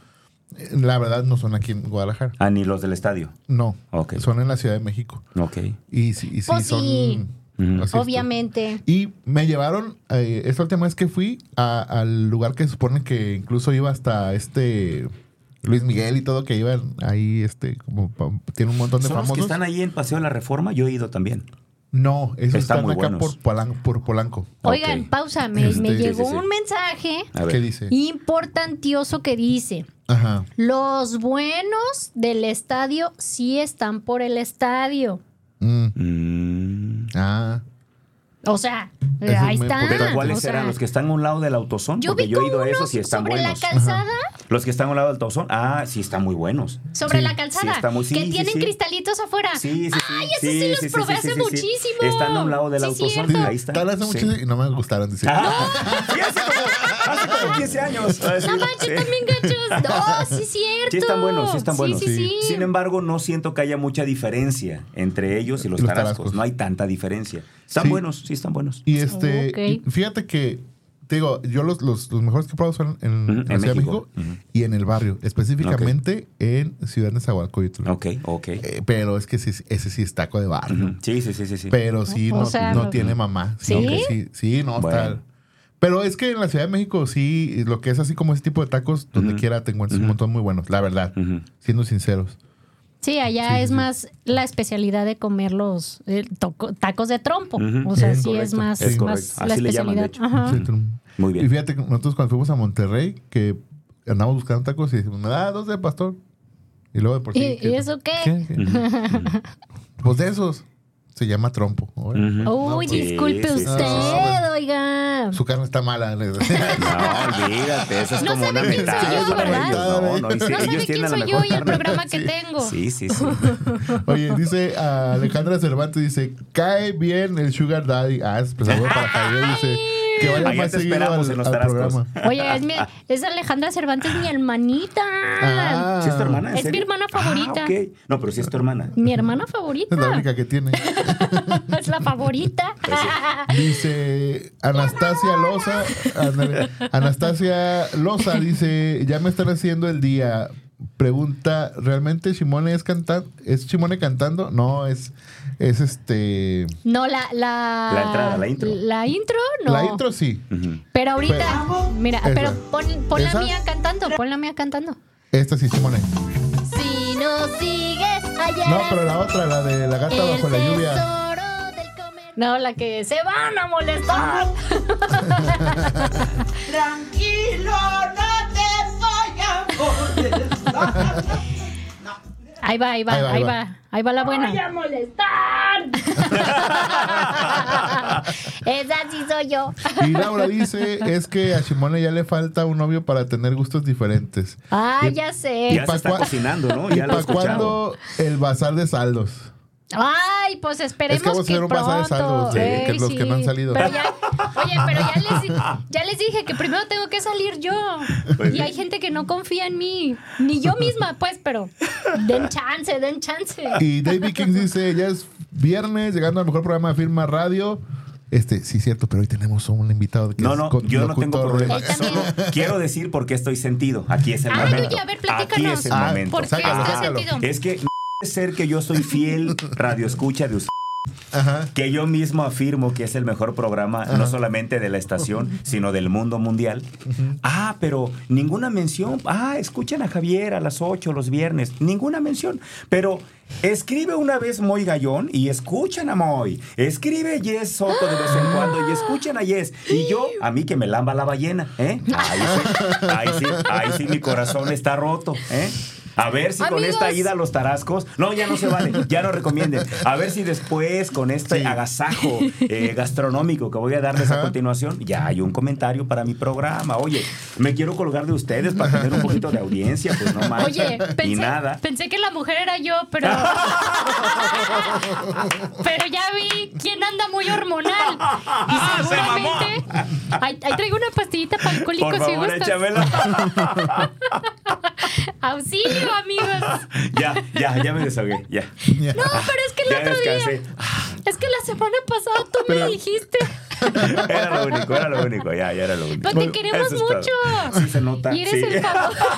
S2: eh, la verdad, no son aquí en Guadalajara.
S5: Ah, ni los del estadio.
S2: No,
S5: Ah, Ok.
S2: son en la Ciudad de México.
S5: Ok.
S2: Y sí, y sí
S1: Pues
S2: son...
S1: sí.
S2: así
S5: Ujú.
S2: es.
S1: Obviamente.
S2: Y me llevaron, eh, esta última vez que fui, a- al lugar que se supone que incluso iba hasta este Luis Miguel y todo, que iba ahí, este, como pa- tiene un montón de
S5: ¿Son los
S2: famosos.
S5: que están ahí en Paseo de la Reforma? Yo he ido también.
S2: No, esos
S5: Están
S2: están,
S5: muy
S2: acá
S5: buenos.
S2: por, Polan- por Polanco.
S1: Oigan,
S5: Ok.
S1: pausa. Me,
S2: Este-
S1: me
S2: Sí, sí,
S1: llegó
S5: sí.
S1: un mensaje
S5: A ver.
S2: ¿Qué dice?
S1: importantioso que dice:
S2: Ajá.
S1: Los buenos del estadio sí están por el estadio.
S2: Mm.
S5: Mm.
S2: Ah.
S1: O sea,
S2: Eso es
S1: ahí
S2: muy
S1: están.
S5: ¿Pero
S2: Ah,
S5: cuáles
S1: o sea,
S5: eran? ¿Los que están a un lado del autosón?
S1: Yo
S5: Porque
S1: vi
S5: yo he
S1: como
S5: ido a
S1: unos
S5: esos y están
S1: sobre
S5: buenos.
S1: la calzada.
S5: Los que están a un lado del autosón, ah, sí, están muy buenos.
S1: Sobre
S2: Sí.
S1: la calzada.
S5: Sí, está muy- sí,
S1: que
S5: sí,
S1: tienen
S5: sí.
S1: cristalitos afuera.
S5: Sí, sí, sí.
S1: Ay, esos sí, los probé hace muchísimo.
S5: Están a un lado del
S1: Sí,
S5: autosón.
S1: cierto.
S5: Ahí están.
S2: Tal hace
S5: Sí.
S2: mucho y no me gustaron. Dice.
S5: Ah, sí, hace, como, hace como 15 años.
S1: No manches, también gachos. No, sí, es cierto.
S5: Sí están buenos, sí están buenos.
S1: Sí, sí, sí.
S5: Sin em- embargo, no siento que haya mucha diferencia entre ellos y los,
S2: Los
S5: tarascos.
S2: tarascos.
S5: No hay tanta diferencia. Están
S2: Sí.
S5: buenos, sí están buenos.
S2: Y este,
S1: Ok.
S2: y fíjate que, te digo, yo los, los, los mejores que he probado son en,
S5: Ujú,
S2: la Ciudad
S5: en
S2: de
S5: México.
S2: México y en el barrio, específicamente en Ciudad Nezahualcóyotl.
S5: Ok, ok.
S2: Eh, pero es que sí- ese sí es taco de barrio.
S5: Ujú. Sí, sí, sí, sí. sí.
S2: Pero sí,
S1: O
S2: no,
S1: sea,
S2: no
S1: no-
S2: tiene mamá.
S1: ¿Sí?
S2: que sí, sí, no,
S5: Bueno.
S2: está- Pero es que en la Ciudad de México sí, lo que es así como ese tipo de tacos, donde
S5: Ujú.
S2: quiera te encuentras un
S5: Ujú.
S2: montón muy buenos, la verdad,
S5: Ujú.
S2: siendo sinceros.
S1: Sí, allá
S2: Sí, sí,
S1: es
S2: sí.
S1: más la especialidad de comer los eh, toco- tacos de trompo.
S5: Ujú.
S1: O sea,
S2: Es
S1: sí es
S5: correcto,
S1: más,
S5: es
S1: más
S5: correcto.
S1: la
S5: Así le llaman, de
S1: especialidad.
S5: hecho.
S1: Ajá.
S2: Sí, tú-
S5: Muy bien.
S2: Y fíjate que nosotros cuando fuimos a Monterrey, que andamos buscando tacos y decimos, me da dos de pastor. Y luego de por sí.
S1: ¿Y-
S2: que-
S1: y eso qué?
S2: Pues de esos. Se llama trompo. órale.
S5: Ujú.
S1: Uy,
S5: pues,
S1: disculpe
S5: sí, sí, sí,
S1: usted,
S2: sí, sí.
S1: oiga.
S2: Su carne está mala. les-
S5: No, olvídate, eso es
S1: No
S5: como
S1: sabe
S5: una
S1: quién soy
S5: metáfora.
S1: yo, ¿verdad?
S5: ellos, No, no, y sí,
S1: No sabe
S5: ellos
S1: quién
S5: tienen la
S1: soy yo
S5: mejor
S1: y el
S5: carne.
S1: programa que tengo.
S5: Sí, sí, sí.
S2: Oye, dice ah, Alejandra Cervantes, dice, cae bien el Sugar Daddy. Ah, es pues, saludo para Javier, dice, que vaya
S5: Allá
S2: más
S5: te
S2: seguido
S5: esperamos
S2: al,
S5: en los
S2: al
S5: tarascos.
S2: programa.
S1: Oye, es, mi- es Alejandra Cervantes, mi hermanita.
S2: Ah,
S5: ¿Sí es tu hermana? ¿En
S1: Es mi
S5: serio?
S1: hermana
S5: Ah,
S1: favorita.
S5: ok. No, pero sí es tu hermana.
S1: Mi hermana
S2: Es la
S1: favorita.
S2: única que tiene.
S1: es la favorita.
S5: Pues
S2: Dice Anastasia Loza. ándale, Anastasia Loza dice: Ya me están haciendo el día. Pregunta: ¿realmente Shimone es cantando? ¿Es Shimone cantando? No, es, es este.
S1: no, la, la.
S5: La entrada, la intro.
S1: La intro, no.
S2: La intro sí.
S5: Ujú.
S1: Pero ahorita,
S2: Pero-
S1: mira,
S2: Esa.
S1: pero pon, pon la
S2: ¿Esa?
S1: mía cantando, pon la mía cantando.
S2: Esta sí, Shimone.
S1: Si no sigues allá.
S2: No, pero la otra, la de la gata bajo la lluvia.
S1: No, la que se van a molestar.
S7: Tranquilo, no te voy a molestar.
S1: Ahí va, ahí va, ahí va, ahí va, la buena.
S7: Voy a molestar.
S1: Esa sí soy yo.
S2: Y Laura dice: Es que a Shimone ya le falta un novio para tener gustos diferentes.
S1: Ah, ya sé.
S5: Ya se
S2: pa'
S5: está
S2: cua-
S5: cocinando, ¿no?
S2: ¿Y
S5: Oh, Ya lo he
S2: para
S5: escuchado.
S2: cuándo el bazar de saldos?
S1: Ay, pues esperemos
S2: Es que vamos a
S1: que
S2: hacer un
S1: pronto.
S2: pasado de saldos, sí,
S1: Ey,
S2: que los que no han salido.
S1: Pero ya- oye, pero ya les, ya les dije que primero tengo que salir yo.
S5: Pues
S1: y
S5: sí.
S1: hay gente que no confía en mí, ni yo misma, pues, pero den chance, den chance.
S2: Y David King dice, ya es viernes, llegando al mejor programa de Firma Radio. Este, sí, cierto, pero hoy tenemos un invitado que
S5: No,
S2: es
S5: no,
S2: con-
S5: yo no tengo
S2: locutor
S5: problema.
S1: Él también.
S5: Solo quiero decir por qué estoy sentido. Aquí es el
S1: Ay,
S5: momento.
S1: oye, a ver,
S5: Aquí
S1: platícanos.
S5: es el
S2: Ah,
S5: momento.
S1: ¿Por qué
S2: sácalo,
S1: está
S2: sácalo.
S1: sentido?
S5: Es que no puede ser que yo soy fiel radioescucha de usted.
S2: Ajá.
S5: Que yo mismo afirmo que es el mejor programa, no solamente de la estación, sino del mundo mundial. Ah, pero ninguna mención. Ah, escuchen a Javier a las 8 los viernes. Ninguna mención. Pero escribe una vez Moy Gallón y escuchen a Moy. Escribe Yes Soto de vez en cuando y escuchen a Yes. Y yo, a mí que me lamba la ballena. ¿eh? Ahí sí, ahí sí, ahí sí mi corazón está roto. ¿eh? A ver si con
S1: Amigos.
S5: esta ida a los tarascos. No, ya no se vale, ya no recomienden. A ver si después, con este agasajo eh, gastronómico que voy a darles a
S2: Ajá.
S5: continuación, ya hay un comentario para mi programa. Oye, me quiero colgar de ustedes para tener un poquito de audiencia, pues no manches.
S1: Oye,
S5: y
S1: pensé,
S5: nada.
S1: pensé que la mujer era yo, pero. pero ya vi quién anda muy hormonal.
S2: Ah,
S1: Y
S5: Se mamó.
S1: seguramente. Ahí, ahí traigo una pastillita para alcohólicos
S5: Por
S1: si
S5: favor,
S1: gustas.
S5: échamela.
S1: Auxilio, amigos.
S5: ya, ya, ya me desahogué, ya.
S1: No, pero es que el
S5: Ya
S1: otro
S5: descansé.
S1: día. Es que la semana pasada tú me
S2: Pero-
S1: dijiste.
S5: Era lo único, era lo único, ya, ya era lo único.
S1: Pero Pues te queremos
S5: Eso es todo.
S1: mucho.
S5: Sí, se nota.
S1: Y eres
S5: sí.
S1: el favorito.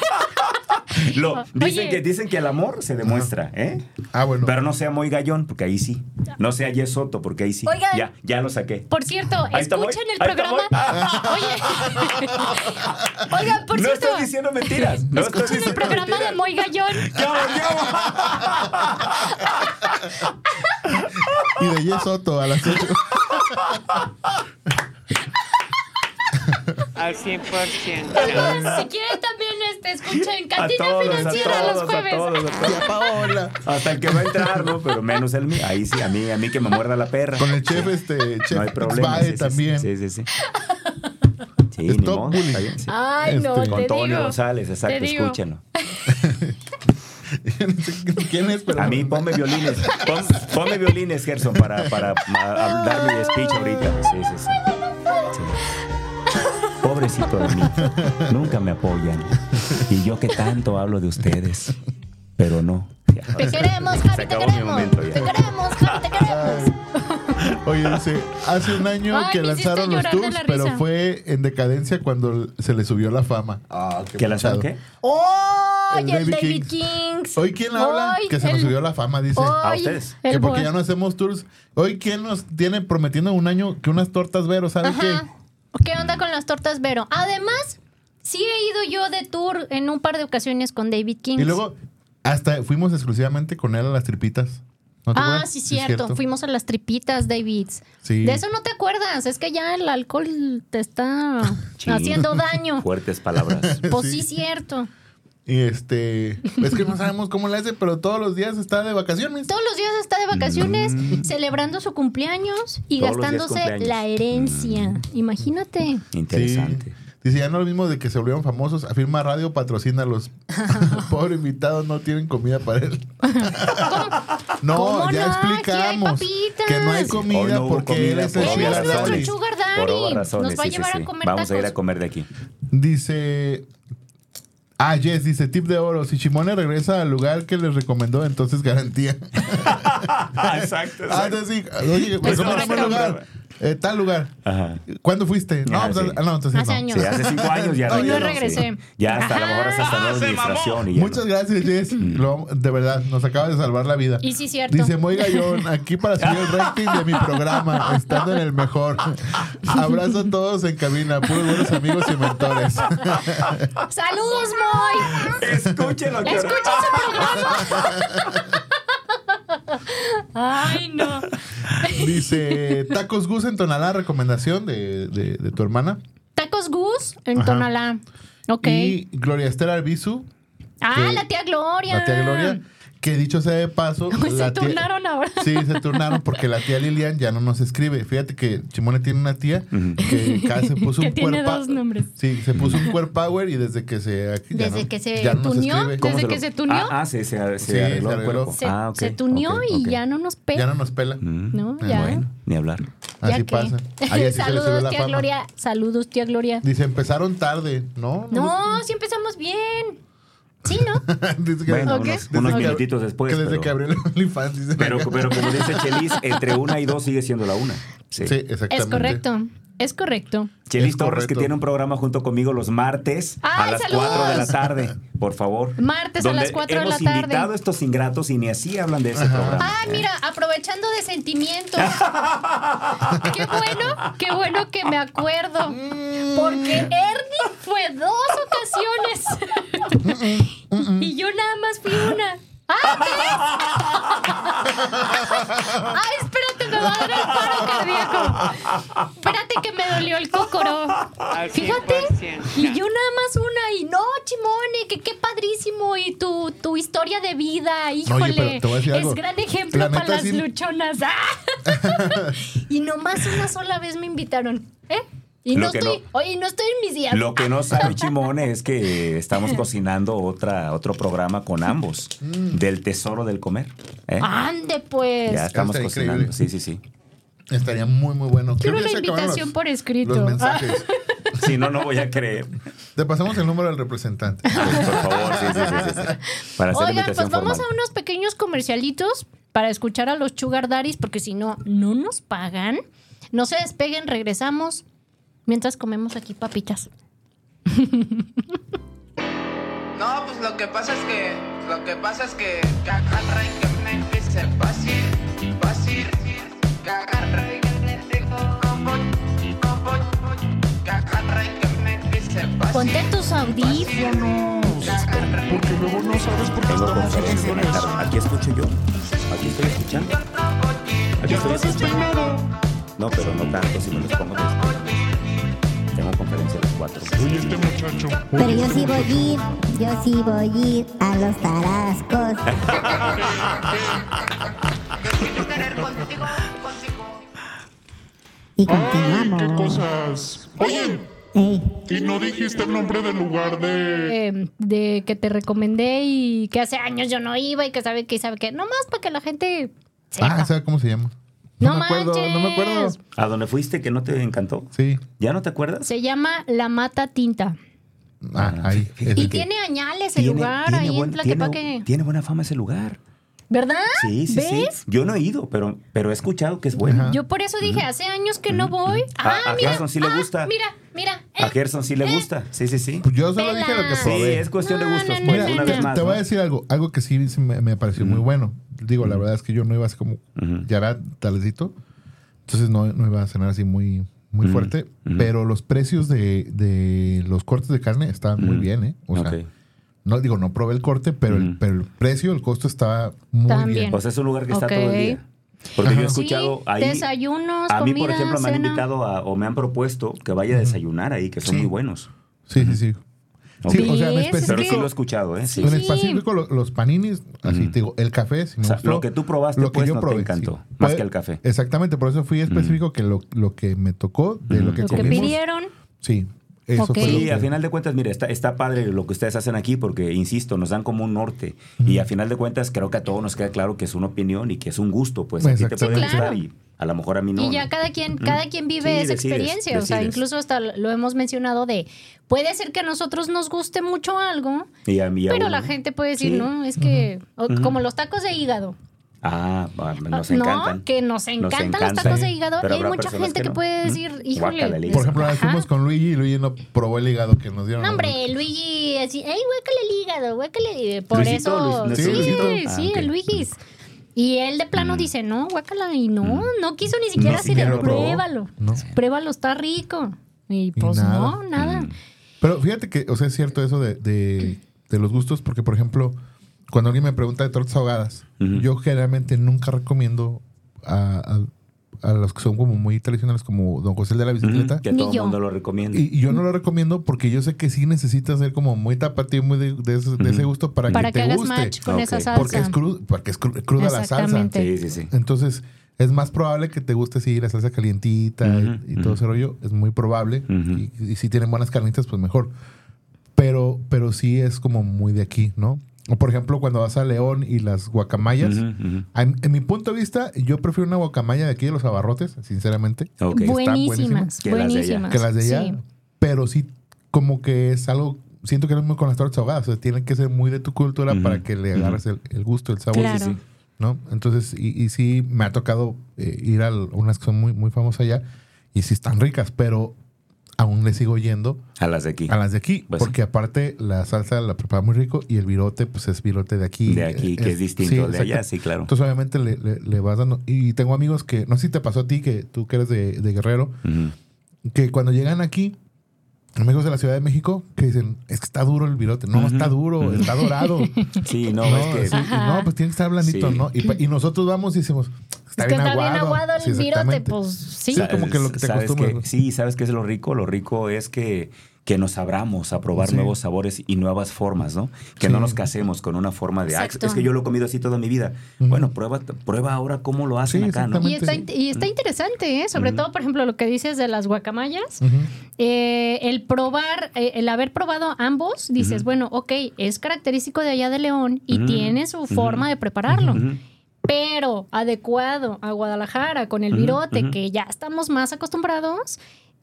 S5: Lo- dicen,
S1: Oye.
S5: que, dicen que el amor se demuestra, ¿eh?
S2: Ah, bueno.
S5: Pero no sea muy gallón, porque ahí sí. No sea Yesoto, porque ahí sí.
S1: Oigan.
S5: Ya, ya lo saqué.
S1: Por cierto,
S5: Ahí está,
S1: escuchen
S5: voy.
S1: el
S5: Ahí está,
S1: programa.
S5: voy.
S1: Oye. Oigan, por
S5: no
S1: cierto.
S5: estoy diciendo mentiras. No estoy
S1: Escuchen el
S5: diciendo
S1: programa
S5: mentiras.
S1: de Moy Gallón.
S5: ¿Qué hago, qué hago?
S2: Y de Yesoto a las 8.
S8: Al 100%.
S1: Oigan, si quieren también este, escuchen
S5: A
S1: Cantina
S5: todos, a
S1: Financiera
S5: todos,
S1: los jueves.
S5: A todos, a todos.
S2: Y a Paola.
S5: Hasta el que va a entrar, ¿no? Pero menos el mío. Ahí sí, a mí, a mí que me muerda la perra.
S2: Con el chef, este, chef
S5: no hay problema.
S2: Bae
S5: sí, sí,
S2: también.
S5: Sí, sí, sí. Sí, ni
S2: Stop
S5: modo,
S2: bullying.
S5: está bien, sí.
S1: Ay, no,
S2: Este,
S1: Ah, te
S5: Con Antonio
S1: digo.
S5: González,
S1: Te
S5: exacto,
S1: digo.
S5: escúchenlo.
S2: Yo no sé ¿Quién es? Pero
S5: A mí ponme violines, pon- ponme violines, Gerson, para, para a- a dar mi speech ahorita. Sí, sí, sí. Sí. Pobrecito de mí, nunca me apoyan. Y yo que tanto hablo de ustedes, pero no. Ya, ahora
S1: Te
S5: sí.
S1: queremos,
S5: Se
S1: Javi, te
S5: acabó mi
S1: queremos.
S5: momento
S1: Te
S5: ya.
S1: queremos, Javi, te queremos.
S2: Oye, dice, hace un año
S1: Ay,
S2: que
S1: me hiciste
S2: lanzaron los
S1: llorar de
S2: tours,
S1: la risa.
S2: pero fue en decadencia cuando se le subió la fama. Ah,
S5: ¿Que la saben qué?
S1: ¡Oh!
S2: El
S1: Y el
S2: David
S1: David
S2: Kings.
S1: Kings.
S2: Hoy quién habla
S1: Hoy
S2: que se nos
S1: el-
S2: subió la fama, dice.
S1: Hoy
S5: ustedes.
S1: el
S2: que porque
S1: Bosch.
S2: ya no hacemos tours. Hoy quién nos tiene prometiendo un año que unas tortas Vero, ¿sabe
S1: Ajá.
S2: qué?
S1: ¿Qué onda con las tortas Vero? Además, sí he ido yo de tour en un par de ocasiones con David King.
S2: Y luego hasta fuimos exclusivamente con él a las tripitas. ¿No te
S1: Ah,
S2: acuerdas?
S1: sí, cierto. Fuimos a las tripitas, David.
S2: Sí.
S1: De eso no te acuerdas. Es que ya el alcohol te está
S5: Sí.
S1: haciendo daño.
S5: Fuertes palabras.
S1: Pues sí,
S2: Sí.
S1: cierto.
S2: Y este, es que no sabemos cómo le hace, pero todos los días está de vacaciones.
S1: Todos los días está de vacaciones,
S2: Mm.
S1: celebrando su cumpleaños y
S5: Todos los días
S1: gastándose
S5: cumpleaños.
S1: la herencia.
S2: Mm.
S1: Imagínate.
S5: Interesante.
S2: Sí. Dice, ya no es lo mismo de que se volvieron famosos. Afirma Radio, patrocínalos. Pobre invitado, no tienen comida para él. no,
S1: ¿Cómo no?
S2: ya
S1: Aquí hay
S2: explicamos
S1: papitas.
S2: que no hay
S5: Hoy
S2: comida
S5: no hubo
S2: porque
S5: comida
S2: él es
S5: por
S2: el
S1: Él
S5: obvias
S1: es
S2: sugar
S1: nuestro
S2: daddy.
S5: razones.
S1: sugar daddy.
S5: Por obvias razones.
S1: Nos va a
S5: sí, sí,
S1: llevar
S5: sí.
S1: a comer
S5: Vamos a ir
S1: tacos.
S5: a comer de aquí.
S2: Dice. Ah, Jess dice, tip de oro. Si Chimone regresa al lugar que les recomendó, entonces garantía.
S5: exacto.
S2: ah, entonces sí. Oye, recomendame
S1: correcto.
S2: un lugar. Eh, tal lugar.
S5: Ajá.
S2: ¿Cuándo fuiste? No,
S5: Ah,
S2: pues,
S5: sí.
S2: ah, no, entonces
S1: Hace
S2: no.
S1: años.
S5: Sí, hace cinco años Pues ya
S2: No, yo
S5: regresó,
S2: no
S1: regresé.
S5: sí. Ya hasta a lo mejor hasta
S2: Ah,
S5: la nueva administración. Y ya
S2: Muchas
S5: no.
S2: gracias, Jess. Lo- de verdad, nos acabas de salvar la vida.
S1: Y sí, cierto.
S2: Dice Moy Gallón, aquí para subir el rating de mi programa, estando en el mejor. Abrazo a todos en cabina, puros buenos amigos y mentores.
S1: ¡Saludos, Moy!
S5: Escúchenlo. que-
S1: ¡Escucha ese programa! ¡Ay, no!
S2: Dice Tacos Gus en Tonalá, recomendación de, de- de tu hermana.
S1: Tacos Gus en
S2: Ajá.
S1: Tonalá. Ok.
S2: Y Gloria Esther Arbizu,
S1: ah,
S2: que-
S1: la tía Gloria.
S2: la tía Gloria, que dicho sea de paso.
S1: Se
S2: la tía-
S1: turnaron ahora.
S2: Sí, se turnaron porque la tía Lilian ya no nos escribe. Fíjate que Chimone tiene una tía que cada se puso
S1: Que
S2: un
S1: tiene
S2: cuerpa-
S1: dos nombres.
S2: Sí, se puso un cuerpo power y desde que se ya
S1: Desde
S2: no-
S1: que se
S2: ya no nos
S1: tuneó,
S2: escribe.
S1: desde
S5: ¿Cómo
S1: que
S5: lo-
S1: se tuneó.
S5: Ah, ah, sí, se, se
S2: Sí,
S5: arregló
S2: se
S5: el
S2: arregló.
S5: cuerpo.
S1: Se,
S5: ah, ok,
S1: se tuneó
S5: ok,
S1: y
S5: ok.
S1: ya no nos pega.
S2: ya no nos pela.
S5: Mm,
S1: No, ya.
S5: Bueno, ni hablar.
S1: Ya
S2: Así
S1: que-
S2: pasa. Ahí así se le sube
S1: Saludos,
S2: la
S1: tía
S2: fama.
S1: Gloria. Saludos, tía Gloria.
S2: Dice, empezaron tarde, ¿no?
S1: No, sí empezamos bien. Sí, ¿no?
S2: Dice que-
S5: Bueno,
S1: Ok.
S5: unos,
S2: desde
S5: unos
S2: que-
S5: minutitos después.
S2: Que desde
S5: pero,
S2: que abrió el OnlyFans, dice.
S5: pero, pero como dice Chelis, entre una y dos sigue siendo la una. Sí.
S2: sí. exactamente.
S1: Es correcto. Es correcto.
S5: Chelis
S2: Es
S5: Torres, que
S2: correcto.
S5: tiene un programa junto conmigo los martes
S1: ¡Ay,
S5: a las
S1: saludos!
S5: 4 de la tarde, por favor.
S1: Martes a
S5: Donde
S1: las 4 de la
S5: Hemos
S1: tarde.
S5: invitado a estos ingratos y ni así hablan de ese programa.
S1: Ah,
S5: ¿eh?
S1: mira, aprovechando de sentimientos. qué bueno, qué bueno que me acuerdo. Porque Ernie fue dos ocasiones. y yo nada más fui una. ¡Ah, ¿ves? ¡Ay, espérate, me va a dar el paro cardíaco! Espérate que me dolió el cócoro. Fíjate, y yo nada más una. Y no, Chimone, que qué padrísimo. Y tu, tu historia de vida,
S2: No,
S1: híjole.
S2: oye, pero te voy a decir algo.
S1: Es gran ejemplo
S2: La
S1: para
S2: neta,
S1: las
S2: sí-
S1: luchonas. ¡Ah! y nomás una sola vez me invitaron. ¿Eh? Y
S5: Lo
S1: no
S5: que
S1: estoy,
S5: no-
S1: oye, no estoy en mis días.
S5: Lo que no sabe Chimone es que estamos cocinando otra, otro programa con ambos, del tesoro del comer. ¿eh?
S1: Ande pues.
S5: ya estamos
S2: Está
S5: cocinando.
S2: increíble.
S5: Sí, sí, sí.
S2: Estaría muy, muy bueno. Creo
S1: Quiero
S2: que
S1: la
S2: se acabaron
S1: invitación
S2: los-
S1: por escrito.
S2: Los mensajes.
S5: Si no, no voy a creer.
S2: Te pasamos el número al representante.
S5: Por favor, sí, sí, sí. sí, sí. Para hacer la
S1: Oigan,
S5: invitación
S1: pues vamos
S5: formal.
S1: a unos pequeños comercialitos para escuchar a los Sugar Daddies, porque si no, no nos pagan. No se despeguen, regresamos mientras comemos aquí papitas.
S8: No, pues lo que pasa es que. Lo que pasa es que. que agarra y que me empiece a pasir, pasir, que agarra y que me tengo combo, combo, que agarra y que me empiece a pasir,
S1: Ponte tus audífonos.
S8: que agarra y
S9: Porque luego no sabes por qué
S5: Tengo
S9: estamos
S5: conferencia
S9: haciendo
S5: en la tarde.
S9: eso.
S5: Aquí escucho yo. Aquí estoy escuchando. Aquí estoy escuchando. No, pero no tanto si me los pongo después. Tengo conferencia a las 4.
S9: Oye, este muchacho.
S4: Pero yo sí voy a ir, yo sí voy a ir a los tarascos.
S8: quiero tener contigo, contigo.
S4: Y
S9: Ay, qué
S4: continuamos.
S9: cosas. Oye,
S4: Ey,
S9: y no dijiste el nombre del lugar de.
S1: Eh, de que te recomendé y que hace años yo no iba y que sabe que sabe que. Nomás para que la gente sepa.
S2: Ah, ¿sabe cómo se llama?
S1: No
S2: me acuerdo, no me acuerdo.
S1: manches.
S5: ¿A dónde fuiste que no te encantó?
S2: Sí.
S5: ¿Ya no te acuerdas?
S1: Se llama La Mata Tinta.
S2: Ah, ahí.
S5: fíjate
S2: ese.
S1: Y
S5: que
S1: tiene añales el lugar ahí
S5: buen-
S1: en
S5: tiene,
S1: Tlaquepaque.
S5: tiene buena fama ese lugar.
S1: ¿Verdad?
S5: Sí, sí,
S1: ¿Ves?
S5: sí. Yo no he ido, pero, pero he escuchado que es bueno.
S2: Ajá.
S1: Yo por eso dije, hace años que no voy. Ah,
S5: a
S1: mira.
S5: Gerson sí le
S1: ah,
S5: gusta.
S1: Mira, mira. eh.
S5: A Gerson sí le gusta. Sí, sí, sí.
S2: Pues yo solo dije lo que
S1: Vela.
S5: Sí,
S2: probé.
S5: es cuestión de
S1: No,
S5: gustos.
S1: no,
S5: pues,
S1: no,
S5: una
S1: no,
S5: vez
S1: no.
S5: más.
S2: Te voy a
S5: ¿no?
S2: decir algo, algo que sí se me, me pareció muy bueno. Digo, la verdad es que yo no iba así como
S5: Ujú.
S2: ya era tardecito, entonces no, no iba a cenar así muy, muy
S5: Ujú,
S2: fuerte,
S5: ujú.
S2: pero los precios de, de los cortes de carne estaban muy
S5: Ujú.
S2: bien, ¿eh? O sea,
S5: Ok.
S2: no digo, no probé el corte, pero, el,
S5: Ujú.
S2: pero el precio, el costo estaba muy
S1: También.
S2: bien.
S5: O sea, es un lugar que está
S1: Ok.
S5: todo el día. Porque yo he
S2: Ajá.
S5: escuchado
S1: Sí,
S5: ahí.
S1: desayunos,
S5: A mí, por
S1: comida,
S5: ejemplo, me han
S1: cena.
S5: invitado a- o me han propuesto que vaya a desayunar ahí, que son
S2: Sí.
S5: muy buenos.
S2: Sí, sí, sí. Sí,
S5: Ok.
S2: o sea,
S1: ¿Ves? Es
S2: en
S5: Pero sí
S1: que-
S2: específico,
S5: lo he escuchado, ¿eh? Sí.
S2: en
S1: Sí.
S2: específico lo- los paninis, así te digo, el café, si me
S5: O sea,
S2: gustó.
S5: lo que tú probaste, pues, no te encantó, más que el café.
S2: Exactamente, por eso fui específico que lo, lo que me tocó, de lo que
S1: Lo que
S2: comimos.
S1: pidieron.
S2: Sí, eso
S1: Ok.
S2: fue lo
S5: Sí,
S2: que-
S5: a final de cuentas, mire, está, está padre lo que ustedes hacen aquí porque, insisto, nos dan como un norte. Y a final de cuentas, creo que a todos nos queda claro que es una opinión y que es un gusto. Pues a ti te
S2: Exacto.
S5: puede
S1: Sí,
S5: gustar
S1: claro.
S5: y a lo mejor a mí no.
S1: y ya
S5: ¿no?
S1: cada quien,
S5: Mm.
S1: cada quien vive
S5: Sí,
S1: esa
S5: decides,
S1: experiencia. O sea,
S5: decides.
S1: incluso hasta lo hemos mencionado de puede ser que a nosotros nos guste mucho algo,
S5: Y a mí a
S1: pero
S5: uno,
S1: la
S5: ¿no?
S1: gente puede decir,
S5: Sí.
S1: no, es que o-
S5: Ujú.
S1: como los tacos de hígado.
S5: Ah, ah, nos
S1: Ah,
S5: encantan.
S1: No, que nos encantan, los tacos de hígado.
S5: Pero
S1: y hay
S5: habrá
S1: mucha
S5: personas
S1: gente que,
S5: no.
S1: puede
S5: Mm.
S1: decir, híjole.
S5: Guácala,
S2: Por ejemplo, una vez
S1: Ajá.
S2: fuimos con Luigi y Luigi no probó el hígado que nos dieron.
S1: No, hombre, Luigi, así, ey, huécale el hígado, huécale. eh, Por
S5: ¿Luisito,
S1: eso.
S5: Luis-
S1: sí,
S2: Luis-
S1: sí,
S5: Luisito? Ah, ok.
S1: el Luigi. Y él de plano dice, no, guácala, y no, no quiso ni siquiera
S5: Ni
S1: así
S5: siquiera
S1: de,
S5: lo probó.
S1: pruébalo,
S2: No.
S1: pruébalo, está rico. Y pues
S2: nada.
S1: no, nada.
S5: Mm.
S2: Pero fíjate que, o sea, es cierto eso de, de- de los gustos, porque, por ejemplo, cuando alguien me pregunta de tortas ahogadas,
S5: Ujú.
S2: yo generalmente nunca recomiendo a, a- a los que son como muy tradicionales, como Don José el de la
S5: Ujú,
S2: bicicleta.
S5: Que
S1: Ni
S5: todo el
S1: yo.
S5: mundo lo recomienda.
S2: Y, y yo no lo recomiendo porque yo sé que sí necesitas ser como muy tapatío, muy de, de ese, de ese gusto para,
S1: Para
S2: que,
S1: que
S2: te
S1: hagas
S2: guste.
S1: match con
S5: Ok.
S1: esa salsa.
S2: porque es, cru- porque es cru- cruda la salsa.
S1: Exactamente.
S5: Sí, sí, sí.
S2: Entonces, es más probable que te guste si la salsa calientita y-
S5: Ujú,
S2: y, todo ese rollo. Es muy probable.
S5: Ujú.
S2: y, y si tienen buenas carnitas, pues mejor. Pero, pero sí es como muy de aquí, ¿no? O por ejemplo, cuando vas a León y las guacamayas.
S5: Ujú, ujú.
S2: a- en, mi punto de vista, yo prefiero una guacamaya de aquí de los abarrotes, sinceramente,
S5: Ok.
S1: Buenísimas,
S5: Que las de allá.
S1: buenísimas.
S2: que las de allá.
S1: Sí.
S2: Pero sí, como que es algo. Siento que no es muy con las tortas ahogadas. O sea, tiene que ser muy de tu cultura
S5: Ujú,
S2: para que le
S5: ujú.
S2: agarres el, el gusto, el sabor.
S1: Claro.
S2: ¿no? Entonces, y, y sí, me ha tocado eh, ir a unas que son muy, muy famosas allá y sí están ricas, pero aún le sigo yendo
S5: A las de aquí.
S2: a las de aquí,
S5: Pues
S2: porque aparte la salsa la prepara muy rico y el virote, pues es virote de aquí. este,
S5: De aquí, que es distinto al de
S2: exacto.
S5: allá, sí, claro.
S2: Entonces, obviamente le, le- le vas dando. Y tengo amigos que, no sé si te pasó a ti, que tú que eres de, de Guerrero,
S5: Ujú.
S2: que cuando llegan aquí, amigos de la Ciudad de México, que dicen, es que está duro el virote. No,
S5: Ujú.
S2: está duro,
S5: Ujú.
S2: está dorado.
S5: Sí, no,
S2: No,
S5: es que
S2: sí, y no, pues tiene que estar blandito,
S5: Sí.
S2: ¿no? Y, pa- y nosotros vamos y decimos, está
S1: Es que
S2: bien
S1: está
S2: aguado.
S1: bien aguado el
S2: Sí,
S1: virote,
S2: exactamente.
S1: pues sí.
S2: Sí, como que lo que te
S5: ¿Sabes
S2: acostumbras,
S5: qué?
S2: ¿no?
S5: Sí, ¿sabes qué es lo rico? Lo rico es que, que nos abramos a probar
S2: Sí.
S5: nuevos sabores y nuevas formas, ¿no? Que
S2: Sí.
S5: no nos casemos con una forma de... "Ah,
S1: Exacto.
S5: Es que yo lo he comido así toda mi vida.
S2: Ujú.
S5: Bueno, prueba, prueba ahora cómo lo hacen
S2: Sí,
S5: acá, ¿no?
S1: Y está,
S2: exactamente.
S1: in- y está interesante, ¿eh? sobre
S5: Ujú.
S1: todo, por ejemplo, lo que dices de las guacamayas.
S2: Ujú.
S1: Eh, el probar, eh, el haber probado ambos, dices,
S5: Ujú.
S1: bueno, ok, es característico de allá de León y
S5: Ujú.
S1: tiene su
S5: Ujú.
S1: forma de prepararlo,
S5: Ujú.
S1: pero adecuado a Guadalajara con el
S5: Ujú,
S1: virote,
S5: ujú.
S1: que ya estamos más acostumbrados,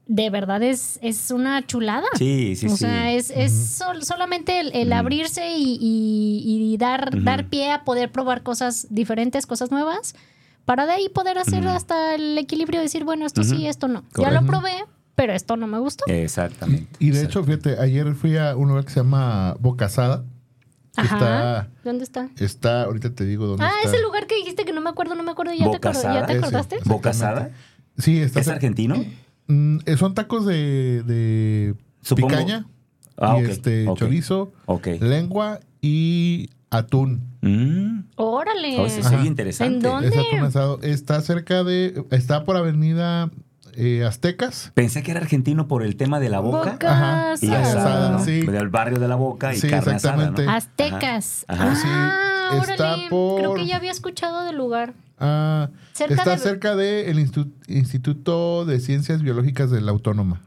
S1: de verdad es, es una chulada.
S5: Sí, sí,
S1: Ah. o
S5: sí.
S1: sea, es, es sol- solamente el, el abrirse y, y- y dar,
S5: Ujú.
S1: dar pie a poder probar cosas diferentes, cosas nuevas, para de ahí poder hacer
S5: Ujú.
S1: hasta el equilibrio y decir, bueno, esto sí,
S5: Ujú.
S1: esto no. Ya
S5: Correcto.
S1: lo probé, pero esto no me gustó.
S5: Exactamente.
S2: Y de
S5: Exacto.
S2: hecho, fíjate, ayer fui a un lugar que se llama Bocasada. que
S1: Ajá.
S2: Está,
S1: ¿Dónde está?
S2: está, ahorita te digo dónde
S1: Ah,
S2: está.
S1: es el lugar que dijiste que no me acuerdo, no me acuerdo, ya, te, acuerdo-
S5: Bocasada.
S1: ¿ya te
S2: Ese.
S1: acordaste.
S5: ¿Bocasada?
S2: Sí, está.
S5: ¿Es argentino?
S2: Mm, eh, son tacos de, de
S5: Supongo.
S2: picaña,
S5: Ah,
S2: y
S5: ok,
S2: este,
S5: ok.
S2: chorizo,
S5: Ok.
S2: lengua y atún.
S5: Mm.
S1: Órale.
S5: Oh, sí,
S2: Ajá.
S5: sería interesante.
S1: Eh, ¿En dónde?
S2: Es atún asado. Está cerca de, está por Avenida eh, Aztecas.
S5: Pensé que era argentino por el tema de la boca.
S1: Boca
S2: Ajá.
S5: Y
S1: asada.
S5: asada,
S2: Asada,
S5: ¿no?
S2: sí.
S5: Del barrio de la boca y
S2: Sí,
S5: carne asada,
S2: exactamente.
S5: ¿no?
S1: Aztecas.
S5: Ajá.
S1: Ah,
S2: Sí, está
S1: órale.
S2: por-
S1: Creo que ya había escuchado del lugar.
S2: Ah,
S1: Cerca
S2: está
S1: de-
S2: cerca del Instituto de Ciencias Biológicas de la Autónoma.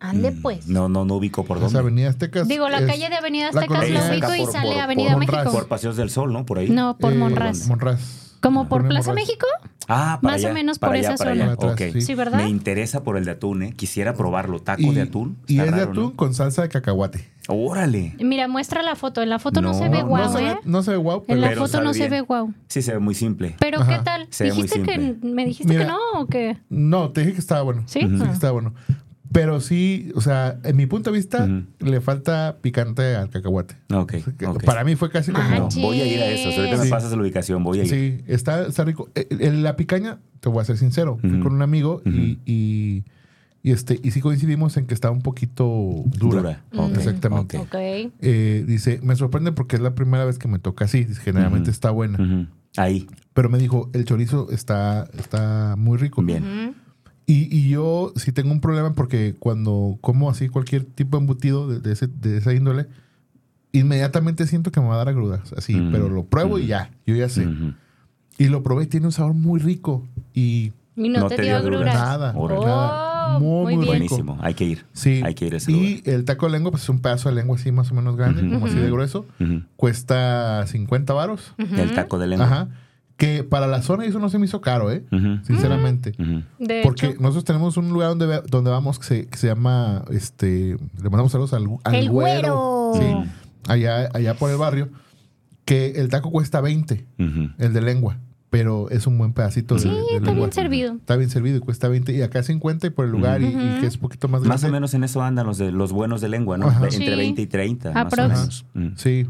S1: Ande pues.
S5: Mm, No, no, no ubico por
S2: Esa
S5: dónde. Eh,
S2: avenida Aztecas.
S1: Digo, la
S2: es-
S1: calle de Avenida
S2: la
S1: Aztecas la
S2: colonia-
S1: ubico y
S5: Por-
S1: sale
S5: por-
S1: Avenida
S2: por
S1: México.
S2: Monraz.
S5: Por Paseos del Sol, ¿no? Por ahí.
S1: No, por
S2: eh,
S1: Monraz.
S2: Monraz.
S1: Como por
S2: Por
S1: Plaza
S2: Monraz.
S1: México.
S5: Ah, para
S1: Más
S5: allá,
S1: o menos
S5: para
S1: por
S5: allá,
S1: esa
S5: para
S1: zona.
S5: allá,
S2: Atrás,
S5: ok.
S2: sí.
S1: Sí, ¿verdad?
S5: Me interesa por el de atún, ¿eh? Quisiera probarlo. Taco de atún.
S2: y
S5: Está
S2: es de
S5: raro, ¿no?
S2: atún con salsa de cacahuate.
S5: Órale.
S1: Mira, muestra la foto. En la foto no,
S5: No,
S1: se ve
S5: no
S1: guau,
S2: no, se
S1: ¿eh?
S2: ve, no se ve guau, pero
S1: en la
S5: Pero
S1: foto
S5: sabe
S1: no se
S5: bien.
S1: ve guau.
S5: Sí, se ve muy simple.
S1: Pero
S2: Ajá.
S1: ¿qué tal?
S5: Se ve muy
S1: Dijiste que
S5: simple.
S1: me dijiste que
S2: Mira.
S1: no o qué?
S2: no, te dije que estaba bueno.
S1: ¿Sí?
S2: Te dije que
S1: Ah.
S2: estaba bueno. Pero sí, o sea, en mi punto de vista,
S5: Ujú.
S2: le falta picante al cacahuate.
S5: Ok,
S2: O sea, que
S5: ok.
S2: Para mí fue casi como.
S5: No,
S1: Manches.
S5: voy a ir a eso. Ahorita me
S2: Sí.
S5: pasas la ubicación, voy a ir.
S2: Sí, está, está rico. Eh, eh, La picaña, te voy a ser sincero, fui
S5: Ujú.
S2: con un amigo y,
S5: Ujú.
S2: y, y este, y sí coincidimos en que está un poquito dura. Mm.
S5: Dura, ok,
S2: Exactamente.
S5: ok.
S1: Ok.
S2: Eh, dice, me sorprende porque es la primera vez que me toca así. Dice, generalmente
S5: Ujú.
S2: está buena.
S5: Ujú. Ahí,
S2: Pero me dijo, el chorizo está, está muy rico.
S5: bien.
S2: Y, y yo sí tengo un problema porque cuando como así cualquier tipo de embutido de, de ese- de esa índole, inmediatamente siento que me va a dar agrudas. Así,
S5: Ujú.
S2: pero lo pruebo y
S5: Ujú.
S2: ya, yo ya sé.
S5: Ujú.
S2: Y lo probé y tiene un sabor muy rico. Y
S1: Y no, te, dio agruras.
S2: Nada,
S5: Órale.
S2: nada.
S1: Oh, muy
S2: Muy, muy
S1: bien.
S2: rico.
S5: Buenísimo, hay que ir.
S2: Sí.
S5: Hay que ir a ese lugar.
S2: Y el taco de lengua, pues es un pedazo de lengua así más o menos grande,
S5: Ujú.
S2: como así de grueso.
S5: Ujú.
S2: Cuesta 50 varos.
S5: El taco de lengua.
S2: Ajá. Que para la zona eso no se me hizo caro, ¿eh?
S5: Ujú.
S2: Sinceramente.
S5: Ujú.
S1: De
S2: Porque
S1: hecho.
S2: nosotros tenemos un lugar donde, ve- donde vamos que se, que se llama, este, le mandamos saludos al, al
S1: El Güero.
S5: Mm.
S2: Sí, allá, allá por el barrio, que el taco cuesta 20,
S5: Ujú.
S2: el de lengua, pero es un buen pedacito de,
S1: Sí,
S2: de
S1: está
S2: lengua.
S1: bien servido.
S2: Está bien servido y cuesta 20 y acá 50 y por el lugar y- y,
S1: Ujú.
S2: que es un poquito más grande.
S5: Más o menos en eso andan los de los buenos de lengua, ¿no?
S2: Ajá.
S5: Ve-
S1: Sí. Ah,
S5: Entre 20 y 30, más o
S1: Aprox.
S5: menos. Mm.
S2: Sí.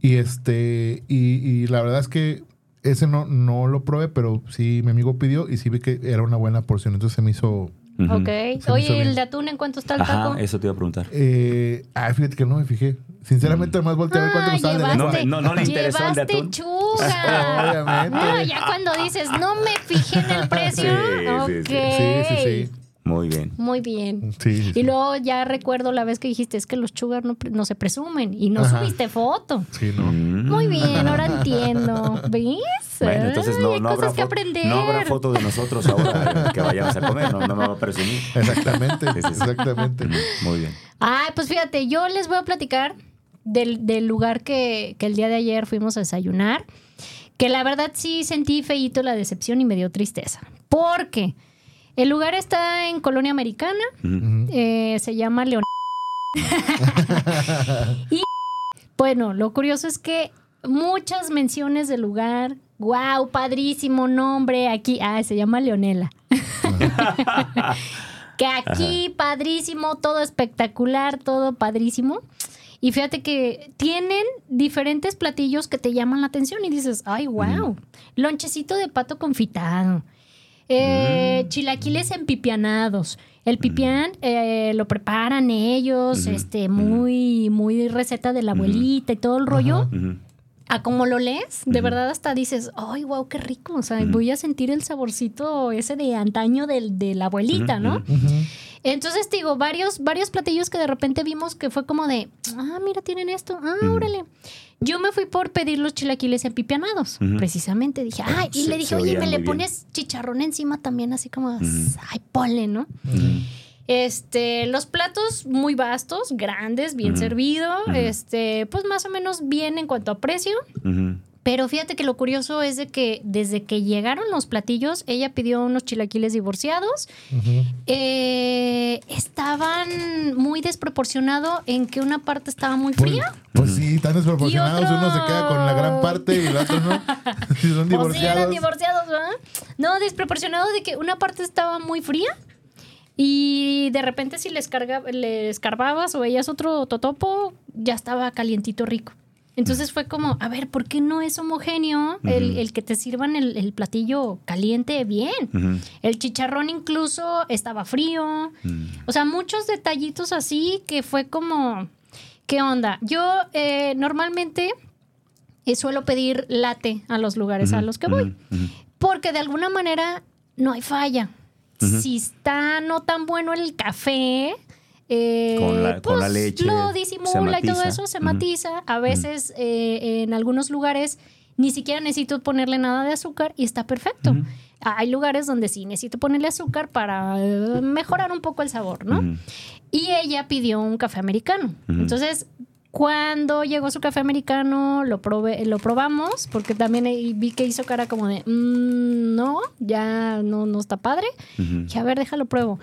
S2: Y este, y, y la verdad es que ese no, no lo probé, pero sí mi amigo pidió y sí vi que era una buena porción. Entonces se me hizo.
S5: Ujú.
S1: Ok.
S2: hizo
S1: Oye,
S2: bien.
S1: ¿el de atún en cuánto está el taco?
S5: Ajá, eso te iba a preguntar.
S2: Eh, ah, fíjate que no me fijé. Sinceramente, más volteé a ver cuánto
S1: Ah,
S2: costaban de lengua.
S1: llevaste-
S5: No, no, no le interesó el de
S1: llevaste
S5: atún.
S1: chuga.
S2: Obviamente.
S1: No, ya cuando dices, no me fijé en el precio.
S5: Sí, sí,
S2: Sí,
S5: sí.
S1: ok.
S2: sí,
S5: Muy bien.
S1: Muy bien.
S2: sí. Sí, sí,
S1: Y
S2: sí.
S1: luego ya recuerdo la vez que dijiste, es que los chugas no, pre- no se presumen y no
S2: Ajá.
S1: subiste foto.
S2: Sí, no.
S5: Mm.
S1: Muy bien, ahora entiendo. ¿Ves?
S5: Bueno, entonces
S1: Ay,
S5: no,
S1: hay
S5: no,
S1: cosas
S5: habrá
S1: que
S5: fo-
S1: aprender.
S5: no habrá foto de nosotros ahora eh, que vayamos a comer, no, no me va a presumir.
S2: Exactamente,
S5: Sí, sí, sí.
S2: exactamente.
S5: Mm, Muy bien.
S1: Ay, pues fíjate, yo les voy a platicar del, del lugar que, que el día de ayer fuimos a desayunar, que la verdad sí sentí feíto la decepción y me dio tristeza, porque el lugar está en Colonia Americana,
S5: Ujú.
S2: Ujú.
S1: eh, se llama León. y bueno, lo curioso es que muchas menciones del lugar, wow, padrísimo nombre, aquí, ah, se llama Leonela. que aquí, padrísimo, todo espectacular, todo padrísimo. Y fíjate que tienen diferentes platillos que te llaman la atención y dices, ay, wow, lonchecito de pato confitado,
S5: Mm.
S1: eh, chilaquiles empipianados. El pipián eh, lo preparan ellos,
S5: Ujú.
S1: este, muy, muy receta de la abuelita y todo el rollo.
S5: Ujú.
S1: A como lo lees, de
S5: Ujú.
S1: verdad hasta dices, ay, wow, qué rico. O sea,
S5: Ujú.
S1: voy a sentir el saborcito ese de antaño del, de la abuelita,
S5: Ujú,
S1: ¿no?
S5: ujú.
S2: Ujú.
S1: Entonces, te digo, varios, varios platillos que de repente vimos que fue como de, ah, mira, tienen esto, ah,
S5: Ujú.
S1: órale. Yo me fui por pedir los chilaquiles empipianados,
S5: Ujú.
S1: precisamente. Dije, ay, y
S5: Se-
S1: le dije,
S5: se
S1: oye,
S5: oían
S1: me le
S5: muy bien".
S1: pones chicharrón encima también, así como, ay, ponle, ¿no? Este, los platos muy vastos, grandes, bien
S5: Ujú.
S1: servido,
S5: Ujú.
S1: este, pues más o menos bien en cuanto a precio.
S5: Ujú.
S1: Pero fíjate que lo curioso es de que desde que llegaron los platillos, ella pidió unos chilaquiles divorciados. Eh, estaban muy desproporcionado en que una parte estaba muy
S2: Pues,
S1: fría.
S2: pues sí, tan desproporcionados.
S1: Y otro-
S2: Uno se queda con la gran parte y el otro no. Si
S1: Pues sí, eran
S2: son divorciados.
S1: divorciados, ¿verdad? No, desproporcionado de que una parte estaba muy fría y de repente si les, carga, les carbabas o veías otro totopo, ya estaba calientito rico. Entonces fue como, a ver, ¿por qué no es homogéneo el,
S5: Ujú.
S1: el que te sirvan el, el platillo caliente bien?
S5: Ujú.
S1: El chicharrón incluso estaba frío.
S5: Mm.
S1: O sea, muchos detallitos así que fue como, ¿qué onda? Yo eh, normalmente eh, suelo pedir late a los lugares Pues a los que voy,
S5: Ujú,
S1: porque de alguna manera no hay falla. Si está no tan bueno el café, eh,
S5: Con la- con la
S1: pues,
S5: leche,
S1: lo
S5: se
S1: disimula y todo
S5: matiza.
S1: eso se
S5: Ujú.
S1: matiza. A veces eh, en algunos lugares ni siquiera necesito ponerle nada de azúcar y está perfecto.
S5: Ujú.
S1: Hay lugares donde sí necesito ponerle azúcar para eh, mejorar un poco el sabor, ¿no?
S5: ujú.
S1: Y ella pidió un café americano.
S5: Ujú.
S1: Entonces, cuando llegó su café americano, lo, probé, lo probamos, porque también ahí vi que hizo cara como de, "Mm, no, ya no, no está padre.
S5: Ujú.
S1: Dije, a ver, déjalo pruebo.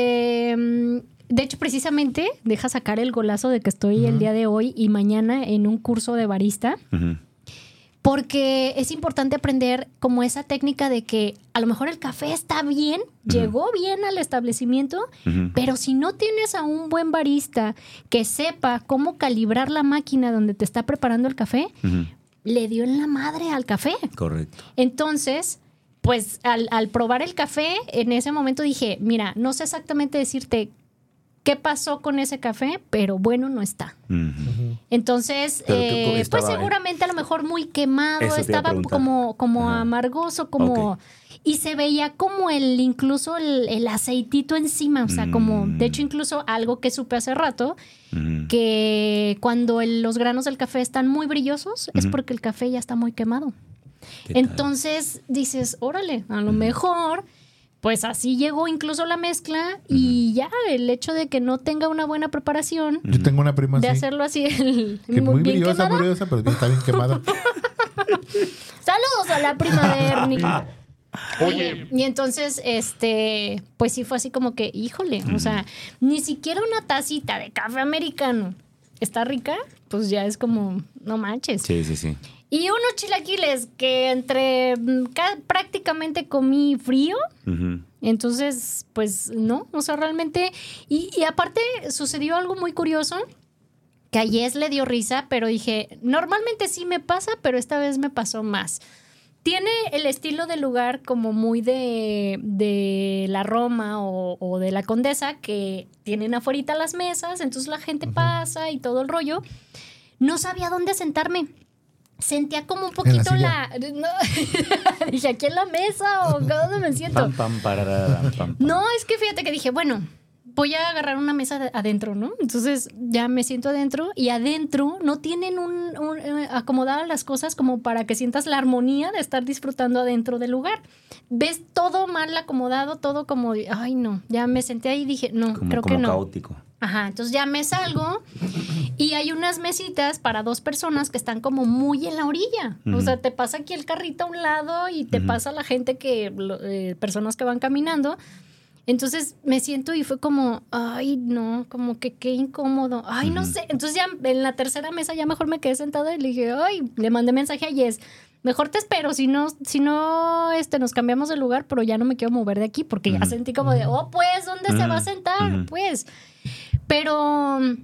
S1: Eh, de hecho, precisamente, deja sacar el golazo de que estoy el día de hoy y mañana en un curso de barista
S5: Ujú.
S1: porque es importante aprender como esa técnica de que a lo mejor el café está bien, llegó bien al establecimiento,
S5: Ujú.
S1: pero si no tienes a un buen barista que sepa cómo calibrar la máquina donde te está preparando el café,
S5: Ujú.
S1: le dio en la madre al café.
S5: Correcto.
S1: Entonces, pues al, al probar el café, en ese momento dije, mira, no sé exactamente decirte qué pasó con ese café, pero bueno, no está.
S5: Ujú.
S1: Entonces,
S5: Pero que
S1: eh,
S5: estaba-
S1: pues seguramente a lo mejor muy quemado,
S5: Eso te iba a
S1: estaba
S5: preguntar.
S1: como, como
S5: Ajá.
S1: amargoso, como...
S5: Ok.
S1: Y se veía como el, incluso el, el aceitito encima, o sea, como,
S5: Mm.
S1: de hecho, incluso algo que supe hace rato,
S5: Ujú.
S1: que cuando el- los granos del café están muy brillosos, es
S5: Ujú.
S1: porque el café ya está muy quemado.
S5: ¿Qué tal?
S1: Entonces dices, órale, a lo mejor, pues así llegó incluso la mezcla y ya el hecho de que no tenga una buena preparación,
S2: Yo tengo una
S5: ¿Ah,
S2: prima
S1: de
S2: así.
S1: hacerlo así, el,
S2: Que muy
S1: bien
S2: brillosa, muy
S1: quemado.
S2: brillosa, pero está bien quemada.
S1: Saludos a la prima de Ernie.
S9: Oye,
S1: Y entonces, este, pues sí fue así como que, híjole, o sea, ni siquiera una tacita de café americano está rica, pues ya es como, no manches.
S5: Sí, sí, sí.
S1: Y unos chilaquiles que entre mm, ca- prácticamente comí frío,
S5: Ujú.
S1: entonces, pues no, o sea, realmente. Y, y aparte sucedió algo muy curioso que a Yes le dio risa, pero dije, normalmente sí me pasa, pero esta vez me pasó más. Tiene el estilo del lugar como muy de, de la Roma o, o de la Condesa, que tienen afuera las mesas, entonces la gente pasa y todo el rollo. No sabía dónde sentarme. Sentía como un
S2: En la
S1: poquito la... no, dije, ¿aquí en la mesa o dónde me siento?
S5: Pam, pam, pararara, pam, pam.
S1: No, es que fíjate que dije, bueno, voy a agarrar una mesa de- adentro, ¿no? Entonces ya me siento adentro y adentro no tienen un, un, eh, acomodadas las cosas como para que sientas la armonía de estar disfrutando adentro del lugar. Ves todo mal acomodado, todo como, ay no, ya me senté ahí y dije, no,
S5: Como,
S1: creo
S5: como
S1: que no.
S5: caótico.
S1: Ajá, entonces ya me salgo y hay unas mesitas para dos personas que están como muy en la orilla. O
S5: Ujú.
S1: sea, te pasa aquí el carrito a un lado y te
S5: Ujú.
S1: pasa la gente que, lo- eh, personas que van caminando. Entonces me siento y fue como, ay, no, como que qué incómodo. Ay, no
S5: Ujú.
S1: sé. Entonces ya en la tercera mesa ya mejor me quedé sentada y le dije, ay, le mandé mensaje a Jess. Mejor te espero, si no, si no, este, nos cambiamos de lugar, pero ya no me quiero mover de aquí porque ya
S5: Ujú.
S1: sentí como de, oh, pues, ¿dónde se va a
S5: Ujú.
S1: sentar?
S5: Mm, Ujú.
S1: Pues, pero mm,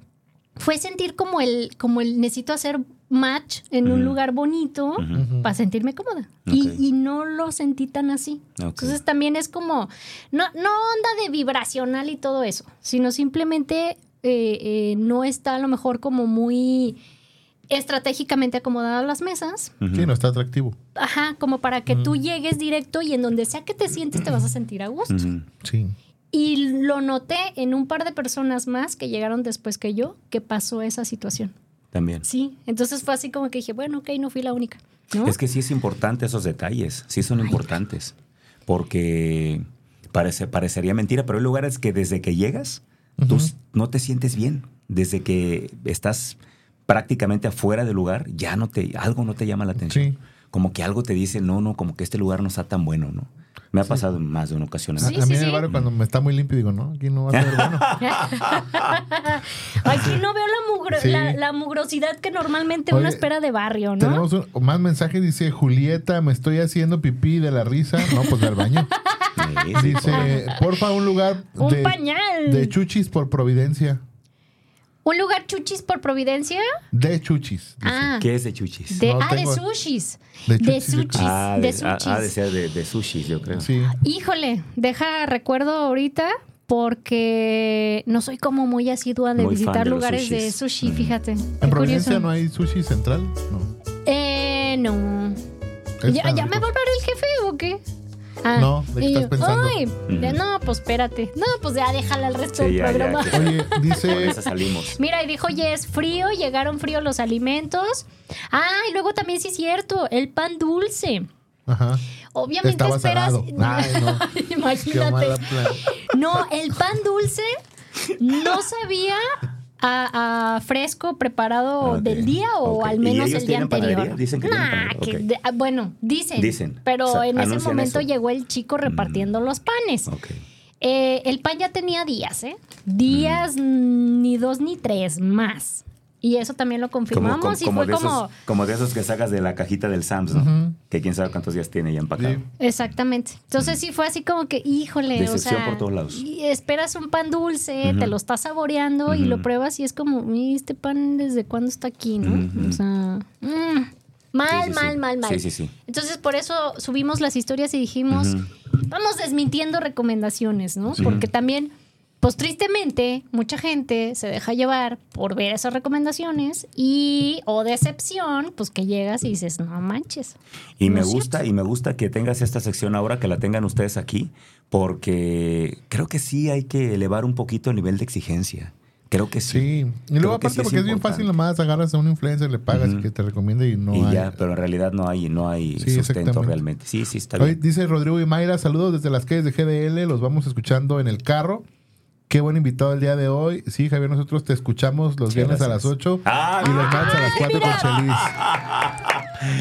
S1: fue sentir como el, como el necesito hacer match en un
S5: Ujú.
S1: lugar bonito
S5: Ujú.
S1: para sentirme cómoda.
S5: Ok.
S1: Y, y no lo sentí tan así.
S5: Ok.
S1: Entonces también es como, no, no onda de vibracional y todo eso, sino simplemente eh, eh, no está a lo mejor como muy estratégicamente acomodadas las mesas.
S5: Ujú.
S2: Sí, no está atractivo.
S1: Ajá, como para que
S5: Mm.
S1: tú llegues directo y en donde sea que te sientes te vas a sentir a gusto.
S5: Ujú.
S2: Sí.
S1: Y lo noté en un par de personas más que llegaron después que yo, que pasó esa situación.
S5: También.
S1: Sí, entonces fue así como que dije, bueno, ok, no fui la única. ¿no?
S5: Es que sí es importante esos detalles, sí son importantes, porque parece, parecería mentira, pero hay lugares que desde que llegas, tú
S2: Ujú.
S5: s- no te sientes bien, desde que estás prácticamente afuera del lugar, ya no te, algo no te llama la atención.
S2: Sí.
S5: Como que algo te dice, no, no, como que este lugar no está tan bueno, ¿no? Me ha pasado en más de una
S2: A,
S5: ocasión.
S1: Sí,
S2: a
S1: sí,
S2: mí en
S1: sí.
S2: el barrio cuando me está muy limpio digo, no, aquí no va a ser bueno.
S1: Aquí no veo la, mugre-
S2: Sí.
S1: la, la mugrosidad que normalmente
S2: Oye,
S1: uno espera de barrio, ¿no?
S2: Tenemos un- más mensajes, dice Julieta, me estoy haciendo pipí de la risa. No, pues ve al baño.
S5: Sí, sí,
S2: Dice, porfa, un lugar
S1: Un
S2: de,
S1: pañal.
S2: de chuchis por Providencia.
S1: ¿Un lugar chuchis por Providencia?
S2: De chuchis. dice.
S1: Ah,
S5: ¿Qué es de chuchis?
S1: de,
S2: No
S1: ah, de
S2: tengo-
S1: sushis.
S2: De
S1: De
S2: chuchis, yo creo.
S1: sushis.
S5: Ah,
S1: de
S5: de, ah, ah, de
S1: sushis.
S5: ser de, de sushis, yo creo.
S2: Sí.
S1: Híjole, deja recuerdo ahorita porque no soy como muy asidua de
S5: Muy fan
S1: visitar
S5: de los
S1: lugares de
S5: sushis. Mm.
S1: sushi, fíjate. Qué
S2: ¿En Providencia
S1: curioso.
S2: no hay sushi central? No.
S1: Eh, no.
S2: Es
S1: ¿Ya,
S2: tan
S1: ya me
S2: rico.
S1: volverá el jefe o qué? Ah,
S2: No, ¿de qué
S1: y
S2: estás
S1: yo,
S2: pensando?
S1: "Ay, de- no, pues espérate. No, pues ya déjala al resto
S5: Mm. Sí,
S1: del
S5: ya, ya,
S1: programa.
S5: que-
S2: Oye,
S5: Con
S2: dice
S5: esa salimos.
S1: Mira, y dijo, oye, es frío, llegaron fríos los alimentos. Ah, y luego también sí es cierto, el pan dulce.
S2: Ajá.
S1: Obviamente
S2: Estaba
S1: esperas.
S2: salado. Ay, no. Qué mala
S1: Imagínate.
S2: plan.
S1: No, el pan dulce no sabía a, a fresco preparado
S5: Ah, ok.
S1: del día o
S5: Ok.
S1: al
S5: ¿Y
S1: menos
S5: ellos
S1: el día
S5: tienen
S1: anterior.
S5: panadería? Dicen que tienen
S1: Nah,
S5: panadería.
S1: que
S5: Ok.
S1: de- ah, bueno, dicen.
S5: Dicen.
S1: Pero
S5: O sea,
S1: en ese
S5: anuncian
S1: momento
S5: eso. Mm.
S1: llegó el chico repartiendo los panes.
S5: Ok.
S1: Eh, el pan ya tenía días, ¿eh? Días mm, ni dos ni tres más. Y eso también lo confirmamos
S5: como,
S1: y
S5: como
S1: fue
S5: de
S1: como...
S5: Esos, como de esos que sacas de la cajita del Sams, ¿no? Que quién sabe cuántos días tiene ya empacado.
S2: Sí.
S1: Exactamente. Entonces sí fue así como que, híjole,
S5: Mm. Decepción
S1: o sea,
S5: por todos lados.
S1: y esperas un pan dulce, te lo estás saboreando y
S5: Ujú.
S1: lo pruebas y es como, "Uy, este pan desde cuándo está aquí, ¿no?
S5: Ujú.
S1: O sea, mm, mal,
S5: Sí, sí, sí.
S1: mal, mal, mal.
S5: Sí, sí, sí.
S1: Entonces por eso subimos las historias y dijimos,
S5: Ujú.
S1: vamos desmintiendo recomendaciones, ¿no? Porque también pues tristemente, mucha gente se deja llevar por ver esas recomendaciones y, o decepción, pues que llegas y dices, no manches.
S5: Y
S1: No
S5: me
S1: es
S5: gusta, y me gusta que tengas esta sección ahora, que la tengan ustedes aquí, porque creo que sí hay que elevar un poquito el nivel de exigencia. Creo que sí.
S2: Sí. Y
S5: Creo
S2: luego
S5: que
S2: aparte
S5: sí es
S2: porque es bien
S5: importante.
S2: fácil nomás agarras a un influencer, le pagas y que te recomiende y no
S5: y
S2: hay.
S5: ya, pero en realidad no hay, no hay
S2: Sí,
S5: sustento
S2: exactamente.
S5: realmente. Sí, sí, está
S2: Oye,
S5: bien.
S2: dice Rodrigo y Mayra, saludos desde las calles de GDL, los vamos escuchando en el carro. Qué buen invitado el día de hoy. Sí, Javier, nosotros te escuchamos los
S5: Sí,
S2: viernes a las
S5: gracias.
S2: 8
S5: Ah,
S2: y los
S5: mira.
S2: martes a las 4 con Chelis.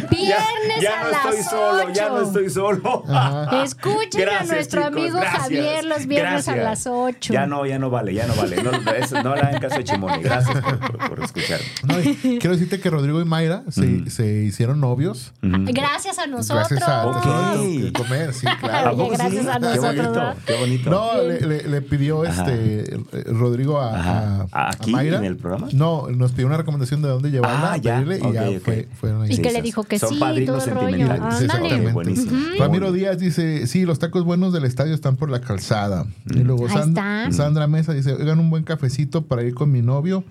S1: Viernes
S5: ya
S1: a
S5: no estoy
S1: las
S5: solo, ya no
S1: ocho.
S5: estoy solo.
S2: Ajá.
S1: Escuchen
S5: Gracias,
S1: a nuestro
S5: chicos,
S1: amigo
S5: gracias.
S1: Javier los viernes a
S5: Gracias.
S1: las 8.
S5: Ya no, ya no vale, ya no vale. No, eso- no le hagan caso a Chimone. Gracias por, por- por escucharme.
S2: No, y quiero decirte que Rodrigo y Mayra se,
S5: Ujú.
S2: se hicieron novios.
S5: Ujú.
S1: Gracias a nosotros.
S2: Gracias a
S5: Ok.
S2: todo el comer, sí,
S5: ¿A
S2: claro.
S1: Oye,
S5: poco
S1: gracias a
S5: Qué
S1: nosotros,
S5: bonito,
S1: ¿verdad?
S5: qué bonito.
S2: No, le, le- le pidió
S5: Ajá.
S2: este eh, Rodrigo a,
S5: Ajá.
S2: a-
S5: ¿Aquí,
S2: a Mayra.
S5: en el programa?
S2: No, nos pidió una recomendación de dónde llevarla,
S5: Ah, ya.
S2: pedirle, y
S5: Ok,
S2: ya
S5: ok.
S2: fue, fueron ahí.
S1: Y que le
S5: esas.
S1: dijo que
S5: Son
S1: sí,
S5: padrinos
S1: todo el rollo.
S5: sentimentales.
S1: Ándale.
S2: Exactamente.
S5: Buenísimo.
S2: Ramiro Díaz dice, sí, los tacos buenos del estadio están por la calzada.
S5: Mm.
S2: Y luego
S1: Ahí
S2: San-
S1: está.
S2: Sandra Mesa dice, oigan un buen cafecito para ir con mi novio.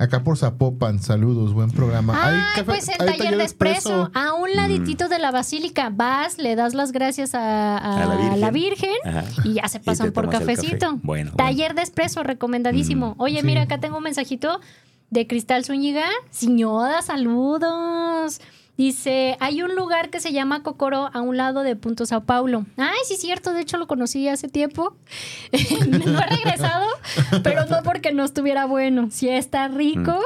S2: Acá por Zapopan, saludos, buen programa.
S1: Ay,
S2: Hay cafe-
S1: pues el
S2: hay
S1: taller, de
S2: expreso.
S1: expreso, a un laditito de la basílica. Vas, le das las gracias a, a
S5: Mm. A la Virgen.
S1: la Virgen
S5: Ajá.
S1: y ya se
S5: Y
S1: pasan
S5: te
S1: por
S5: tomas el
S1: cafecito.
S5: café. Bueno, Mm, bueno.
S1: taller de expreso, recomendadísimo. Oye,
S2: sí.
S1: mira, acá tengo un mensajito de Cristal Zúñiga. Señora, saludos. Dice, hay un lugar que se llama Cocoro a un lado de Punto Sao Paulo. Ay, sí, cierto, de hecho lo conocí hace tiempo. no he regresado, pero no porque no estuviera bueno. Sí está rico.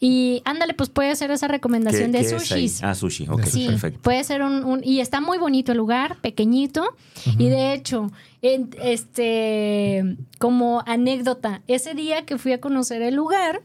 S1: Y ándale, pues puede ser esa
S5: Mm. ¿Qué-
S1: recomendación
S5: qué
S1: de
S5: es ahí?
S1: sushis.
S5: Ah, sushi. Ok,
S1: Sí,
S5: perfecto.
S1: puede ser un, un- y está muy bonito el lugar, pequeñito y de hecho, en- este como anécdota, ese día que fui a conocer el lugar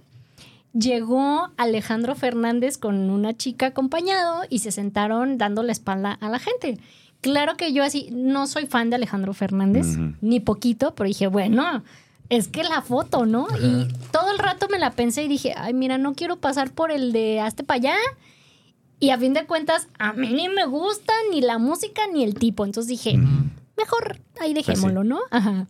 S1: llegó Alejandro Fernández con una chica acompañado y se sentaron dando la espalda a la gente. Claro que yo así no soy fan de Alejandro Fernández
S5: Ujú.
S1: ni poquito, pero dije, bueno, es que la foto, ¿no? Y todo el rato me la pensé y dije, ay, mira, no quiero pasar por el de hazte para allá. Y a fin de cuentas, a mí ni me gusta ni la música ni el tipo. Entonces dije, mejor ahí dejémoslo, ¿no? Ajá.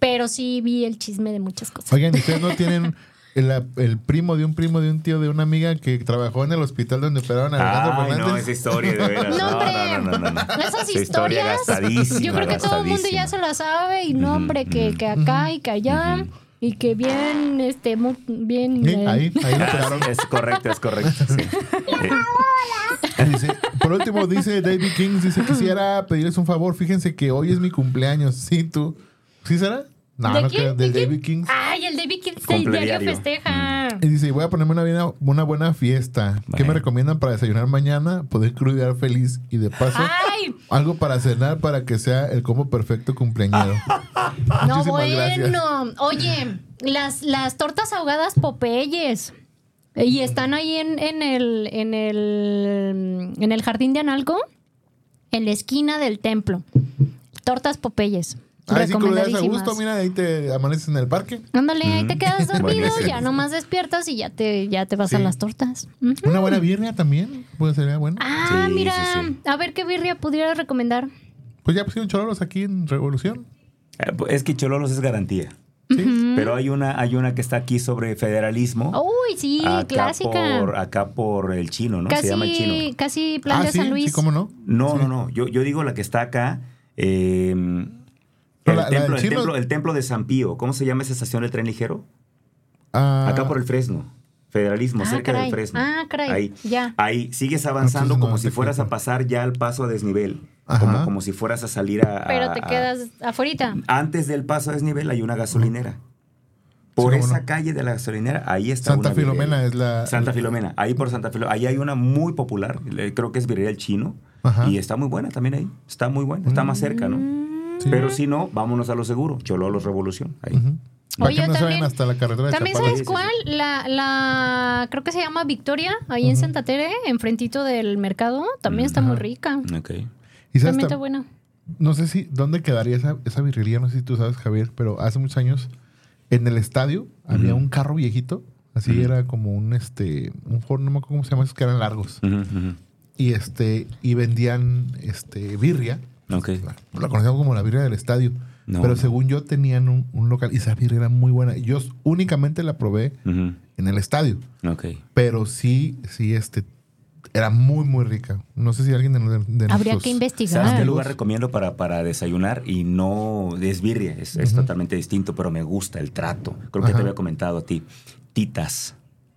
S1: Pero sí vi el chisme de muchas cosas.
S2: Oigan, ¿ustedes no tienen el, el primo de un primo de un tío de una amiga que trabajó en el hospital donde operaron a Alejandro
S5: Ay, no,
S2: Fernández?
S5: esa historia, de
S1: No,
S5: veras. No, no, no,
S1: hombre.
S5: no, no, no.
S1: Esas
S5: Esa historia
S1: historias,
S5: gastadísima,
S1: yo creo que todo el mundo ya
S5: gastadísima.
S1: se la sabe y no, hombre, que, que acá y que allá y que bien, este, mu- bien...
S2: Sí,
S1: eh,
S2: ahí, ahí lo
S5: Ah,
S2: operaron.
S5: sí, Es correcto, es correcto. sí. Eh,
S2: Dice, por último, dice David King, dice, quisiera pedirles un favor, fíjense que hoy es mi cumpleaños. Sí, tú. ¿Sí será? No,
S1: ¿De
S2: no
S1: quién?
S2: creo,
S1: ¿De
S2: del
S1: quién?
S2: David King.
S1: Ay, el David King
S5: Cumple
S1: diario
S5: diario.
S1: festeja.
S2: Y dice, voy a ponerme una, bien- una buena fiesta. ¿Qué
S5: Bueno.
S2: me recomiendan para desayunar mañana? Poder crudear feliz y de paso
S1: Ay,
S2: algo para cenar para que sea el combo perfecto cumpleañero.
S1: no,
S2: Muchísimas gracias.
S1: bueno. Oye, las, las tortas ahogadas Popeyes. Y están ahí en, en el, en el en el jardín de Analco, en la esquina del templo. Tortas Popeyes.
S5: Ah,
S2: Ahí sí crudeas a
S1: Recomendadísimas.
S2: gusto, mira, ahí te amaneces en el parque.
S1: Ándale, ahí te quedas dormido,
S5: Mm, Buenísimo.
S1: ya nomás despiertas y ya te, ya te vas a
S2: Sí.
S1: las tortas. Ujú.
S2: Una buena birria también, pues, puede ser buena.
S1: Mm. Ah,
S5: Sí,
S1: mira,
S5: sí, sí.
S1: a ver qué birria pudieras recomendar.
S2: Pues ya pusieron choloros aquí en Revolución.
S5: Eh, pues, Es que Chololos es garantía.
S2: Sí.
S1: Mm.
S5: Pero hay una, hay una que está aquí sobre federalismo.
S1: Uy, Oh, sí,
S5: acá
S1: clásica.
S5: Por, acá por el chino, ¿no? Se llama el chino.
S1: casi, casi plan
S2: ah,
S1: de
S2: sí,
S1: San Luis.
S2: sí, cómo no.
S5: No, no, no. Yo, yo digo la que está acá. eh,
S2: Pero
S5: el,
S2: la- la del
S5: templo, el,
S2: chino-
S5: templo, el templo de San Pío. ¿Cómo se llama esa estación del tren ligero?
S2: Ah,
S5: Acá por el Fresno. Federalismo,
S1: Ah,
S5: cerca
S1: caray.
S5: del Fresno.
S1: Ah, caray.
S5: Ahí.
S1: Ya.
S5: Ahí sigues avanzando
S2: Entonces, no,
S5: como si
S2: te
S5: fueras
S2: quedas.
S5: a pasar ya al paso a desnivel.
S2: Ajá.
S5: Como, como si fueras a salir a. a-
S1: Pero te
S5: a-
S1: quedas afuera.
S5: Antes del paso a desnivel hay una gasolinera. Por
S2: Sí, cómo
S5: esa
S2: no.
S5: calle de la gasolinera, ahí está.
S2: Santa
S5: una birria.
S2: Filomena es la-
S5: Santa Filomena, ahí por Santa Filomena. Ahí hay una muy popular, eh, creo que es Birria el Chino.
S2: Ajá.
S5: Y está muy buena también ahí. Está muy buena, está más cerca,
S1: Mm.
S5: ¿no?
S2: Sí.
S5: Pero si no, vámonos a lo seguro. Chololos Revolución. Ahí.
S2: ujú. Para
S1: Oye,
S2: que no se vayan
S1: también-
S2: hasta la carretera de
S1: También
S2: Chapala.
S1: sabes cuál, la, la, creo que se llama Victoria, ahí en Santa Tere, enfrentito del mercado, también está muy rica.
S5: Ok.
S2: Y sabes
S1: También está
S2: tam-
S1: buena.
S2: No sé si dónde quedaría esa, esa birrería, no sé si tú sabes, Javier, pero hace muchos años en el estadio había un carro viejito, así era como un este, un Ford, no me acuerdo cómo se llama, esos que eran largos.
S5: Ujú, ujú.
S2: Y este, y vendían este birria.
S5: Ok.
S2: La conocíamos como la birria del estadio.
S5: No,
S2: pero
S5: no.
S2: según yo tenían un, un local y esa birria era muy buena. Yo s- únicamente la probé
S5: Ujú.
S2: en el estadio,
S5: Ok.
S2: pero sí, sí, este, era muy, muy rica. No sé si alguien de, de- de
S1: Habría
S2: nuestros-
S1: que
S5: ¿Sabes
S1: investigar.
S5: qué lugar recomiendo para, para desayunar? Y no es birria, es, es totalmente distinto, pero me gusta el trato. Creo que
S2: Ajá.
S5: te había comentado a ti. Titas,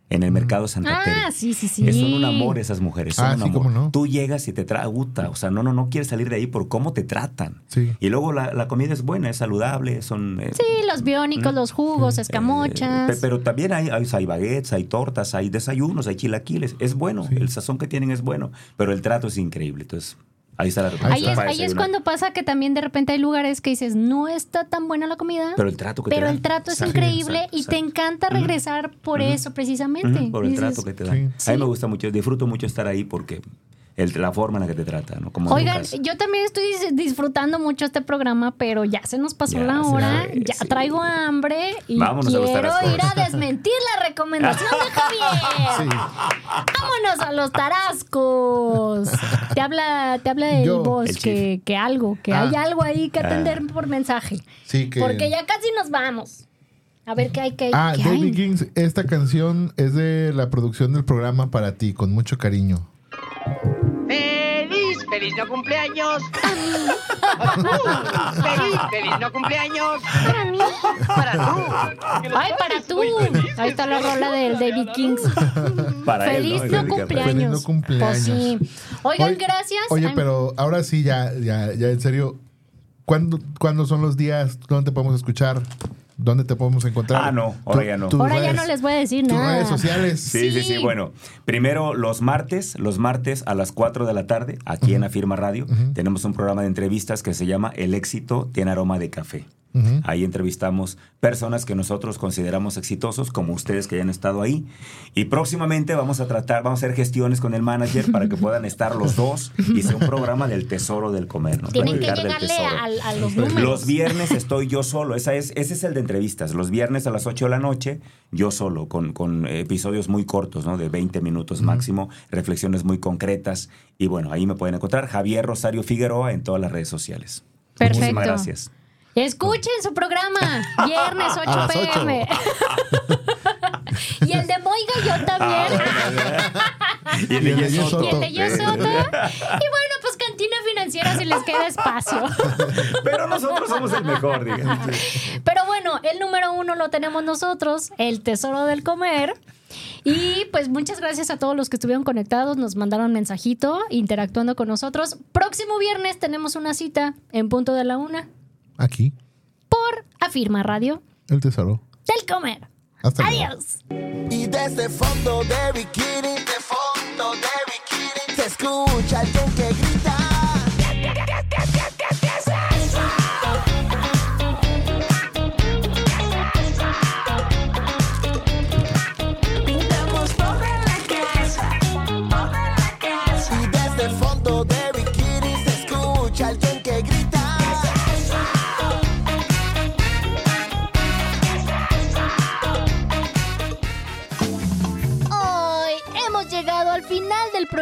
S5: en el mercado Santa Tere.
S1: Ah, sí, sí, sí.
S5: Es- Son un amor esas mujeres. son
S2: Ah,
S5: un
S2: sí,
S5: amor.
S2: cómo no.
S5: Tú llegas y te trae O sea, no, no, no quieres salir de ahí por cómo te tratan.
S2: Sí.
S5: Y luego la, la comida es buena, es saludable, son. eh,
S1: Sí, los biónicos, los jugos,
S5: eh, pe-
S1: escamochas.
S5: pero también hay, hay, hay baguettes, hay tortas, hay desayunos, hay chilaquiles. Es bueno, el sazón que tienen es bueno, pero el trato es increíble. Entonces, ahí está la
S1: Ahí
S5: recomendación
S1: es,
S5: para
S1: ahí es
S5: desayunar.
S1: cuando pasa que también de repente hay lugares que dices, no está tan buena la comida,
S5: Pero el trato que te
S1: pero
S5: dan.
S1: el trato es
S5: Exacto,
S1: increíble
S5: exacto,
S1: y te
S5: exacto.
S1: encanta regresar por eso precisamente.
S5: Ujú, Por el
S1: Dices,
S5: trato que te dan.
S1: Sí.
S5: A mí me gusta mucho, disfruto mucho estar ahí porque el- la forma en la que te trata, ¿no? Como
S1: Oigan,
S5: educas.
S1: yo también estoy dis- disfrutando mucho este programa, pero ya se nos pasó
S5: Ya
S1: la
S5: se
S1: hora,
S5: fue,
S1: ya
S5: sí.
S1: traigo hambre y
S5: Vámonos a
S1: quiero
S5: los tarascos.
S1: ir a desmentir la recomendación de Javier. Vámonos a los tarascos. Te habla, te habla el
S2: Yo,
S1: voz
S5: el Ah.
S1: que, que algo, que
S2: Ah.
S1: hay algo ahí que atender por mensaje.
S2: Sí, que-
S1: Porque ya casi nos vamos. A ver qué hay que
S2: Ah,
S1: qué hay.
S2: David Kings, esta canción es de la producción del programa para ti, con mucho cariño.
S7: Feliz, feliz no cumpleaños. feliz, feliz no cumpleaños. Para mí. Para tú.
S1: Ay, para tú. Ahí está la rola del David Kings.
S5: Para él,
S1: Feliz no,
S5: ¿no? Feliz
S1: cumpleaños.
S2: Feliz no cumpleaños.
S1: Pues sí. Oigan,
S2: Oye-
S1: gracias.
S2: Oye,
S1: Ay,
S2: pero ahora sí, ya, ya, ya, en serio, ¿cuándo, cuándo son los días? ¿Dónde te podemos escuchar? ¿Dónde te podemos encontrar?
S5: Ah, no,
S2: Tu-
S5: ahora ya no.
S2: tus
S1: Ahora ya
S2: redes-
S1: no les voy a decir
S2: Tus
S1: nada.
S2: redes sociales.
S5: Sí, sí,
S1: Sí.
S5: sí. Bueno, primero los martes, los martes a las 4 de la tarde, aquí en Afirma Radio, tenemos un programa de entrevistas que se llama El éxito tiene aroma de café.
S2: Ujú.
S5: Ahí entrevistamos personas que nosotros consideramos exitosos, como ustedes que hayan estado ahí. Y próximamente vamos a tratar, vamos a hacer gestiones con el manager para que puedan estar los dos y sea un programa del tesoro del comer. ¿no?
S1: Tienen que
S5: Platicar
S1: llegarle
S5: del tesoro.
S1: al- a, los números.
S5: Los viernes estoy yo solo, esa es, ese es el de entrevistas. Los viernes a las 8 de la noche, yo solo, con, con episodios muy cortos, ¿no? De 20 minutos máximo, reflexiones muy concretas. Y bueno, ahí me pueden encontrar Javier Rosario Figueroa en todas las redes sociales.
S1: Perfecto.
S5: Muchísimas gracias.
S1: Escuchen su programa. Viernes 8
S2: A las
S1: pm. y el de Moiga yo también.
S5: Y el de
S2: Y el de
S5: Yes
S2: Yes
S5: Soto.
S1: y el de yo
S5: Sí.
S1: Soto. Y bueno, pues cantina financiera si les queda espacio.
S5: Pero nosotros somos el mejor, digamos.
S1: Pero bueno, el número uno lo tenemos nosotros, el tesoro del comer. Y pues muchas gracias a todos los que estuvieron conectados, nos mandaron mensajito, interactuando con nosotros. Próximo viernes tenemos una cita en punto de la una
S2: Aquí.
S1: por afirma Radio,
S2: El tesoro.
S1: del comer.
S2: Hasta luego.
S1: Adiós.
S10: Y desde fondo de bikini, de fondo de bikini, se escucha alguien que grita. Pintamos todo en la casa, todo en la casa. Y desde el fondo de bikini se escucha alguien que grita.
S1: Hoy hemos llegado al final del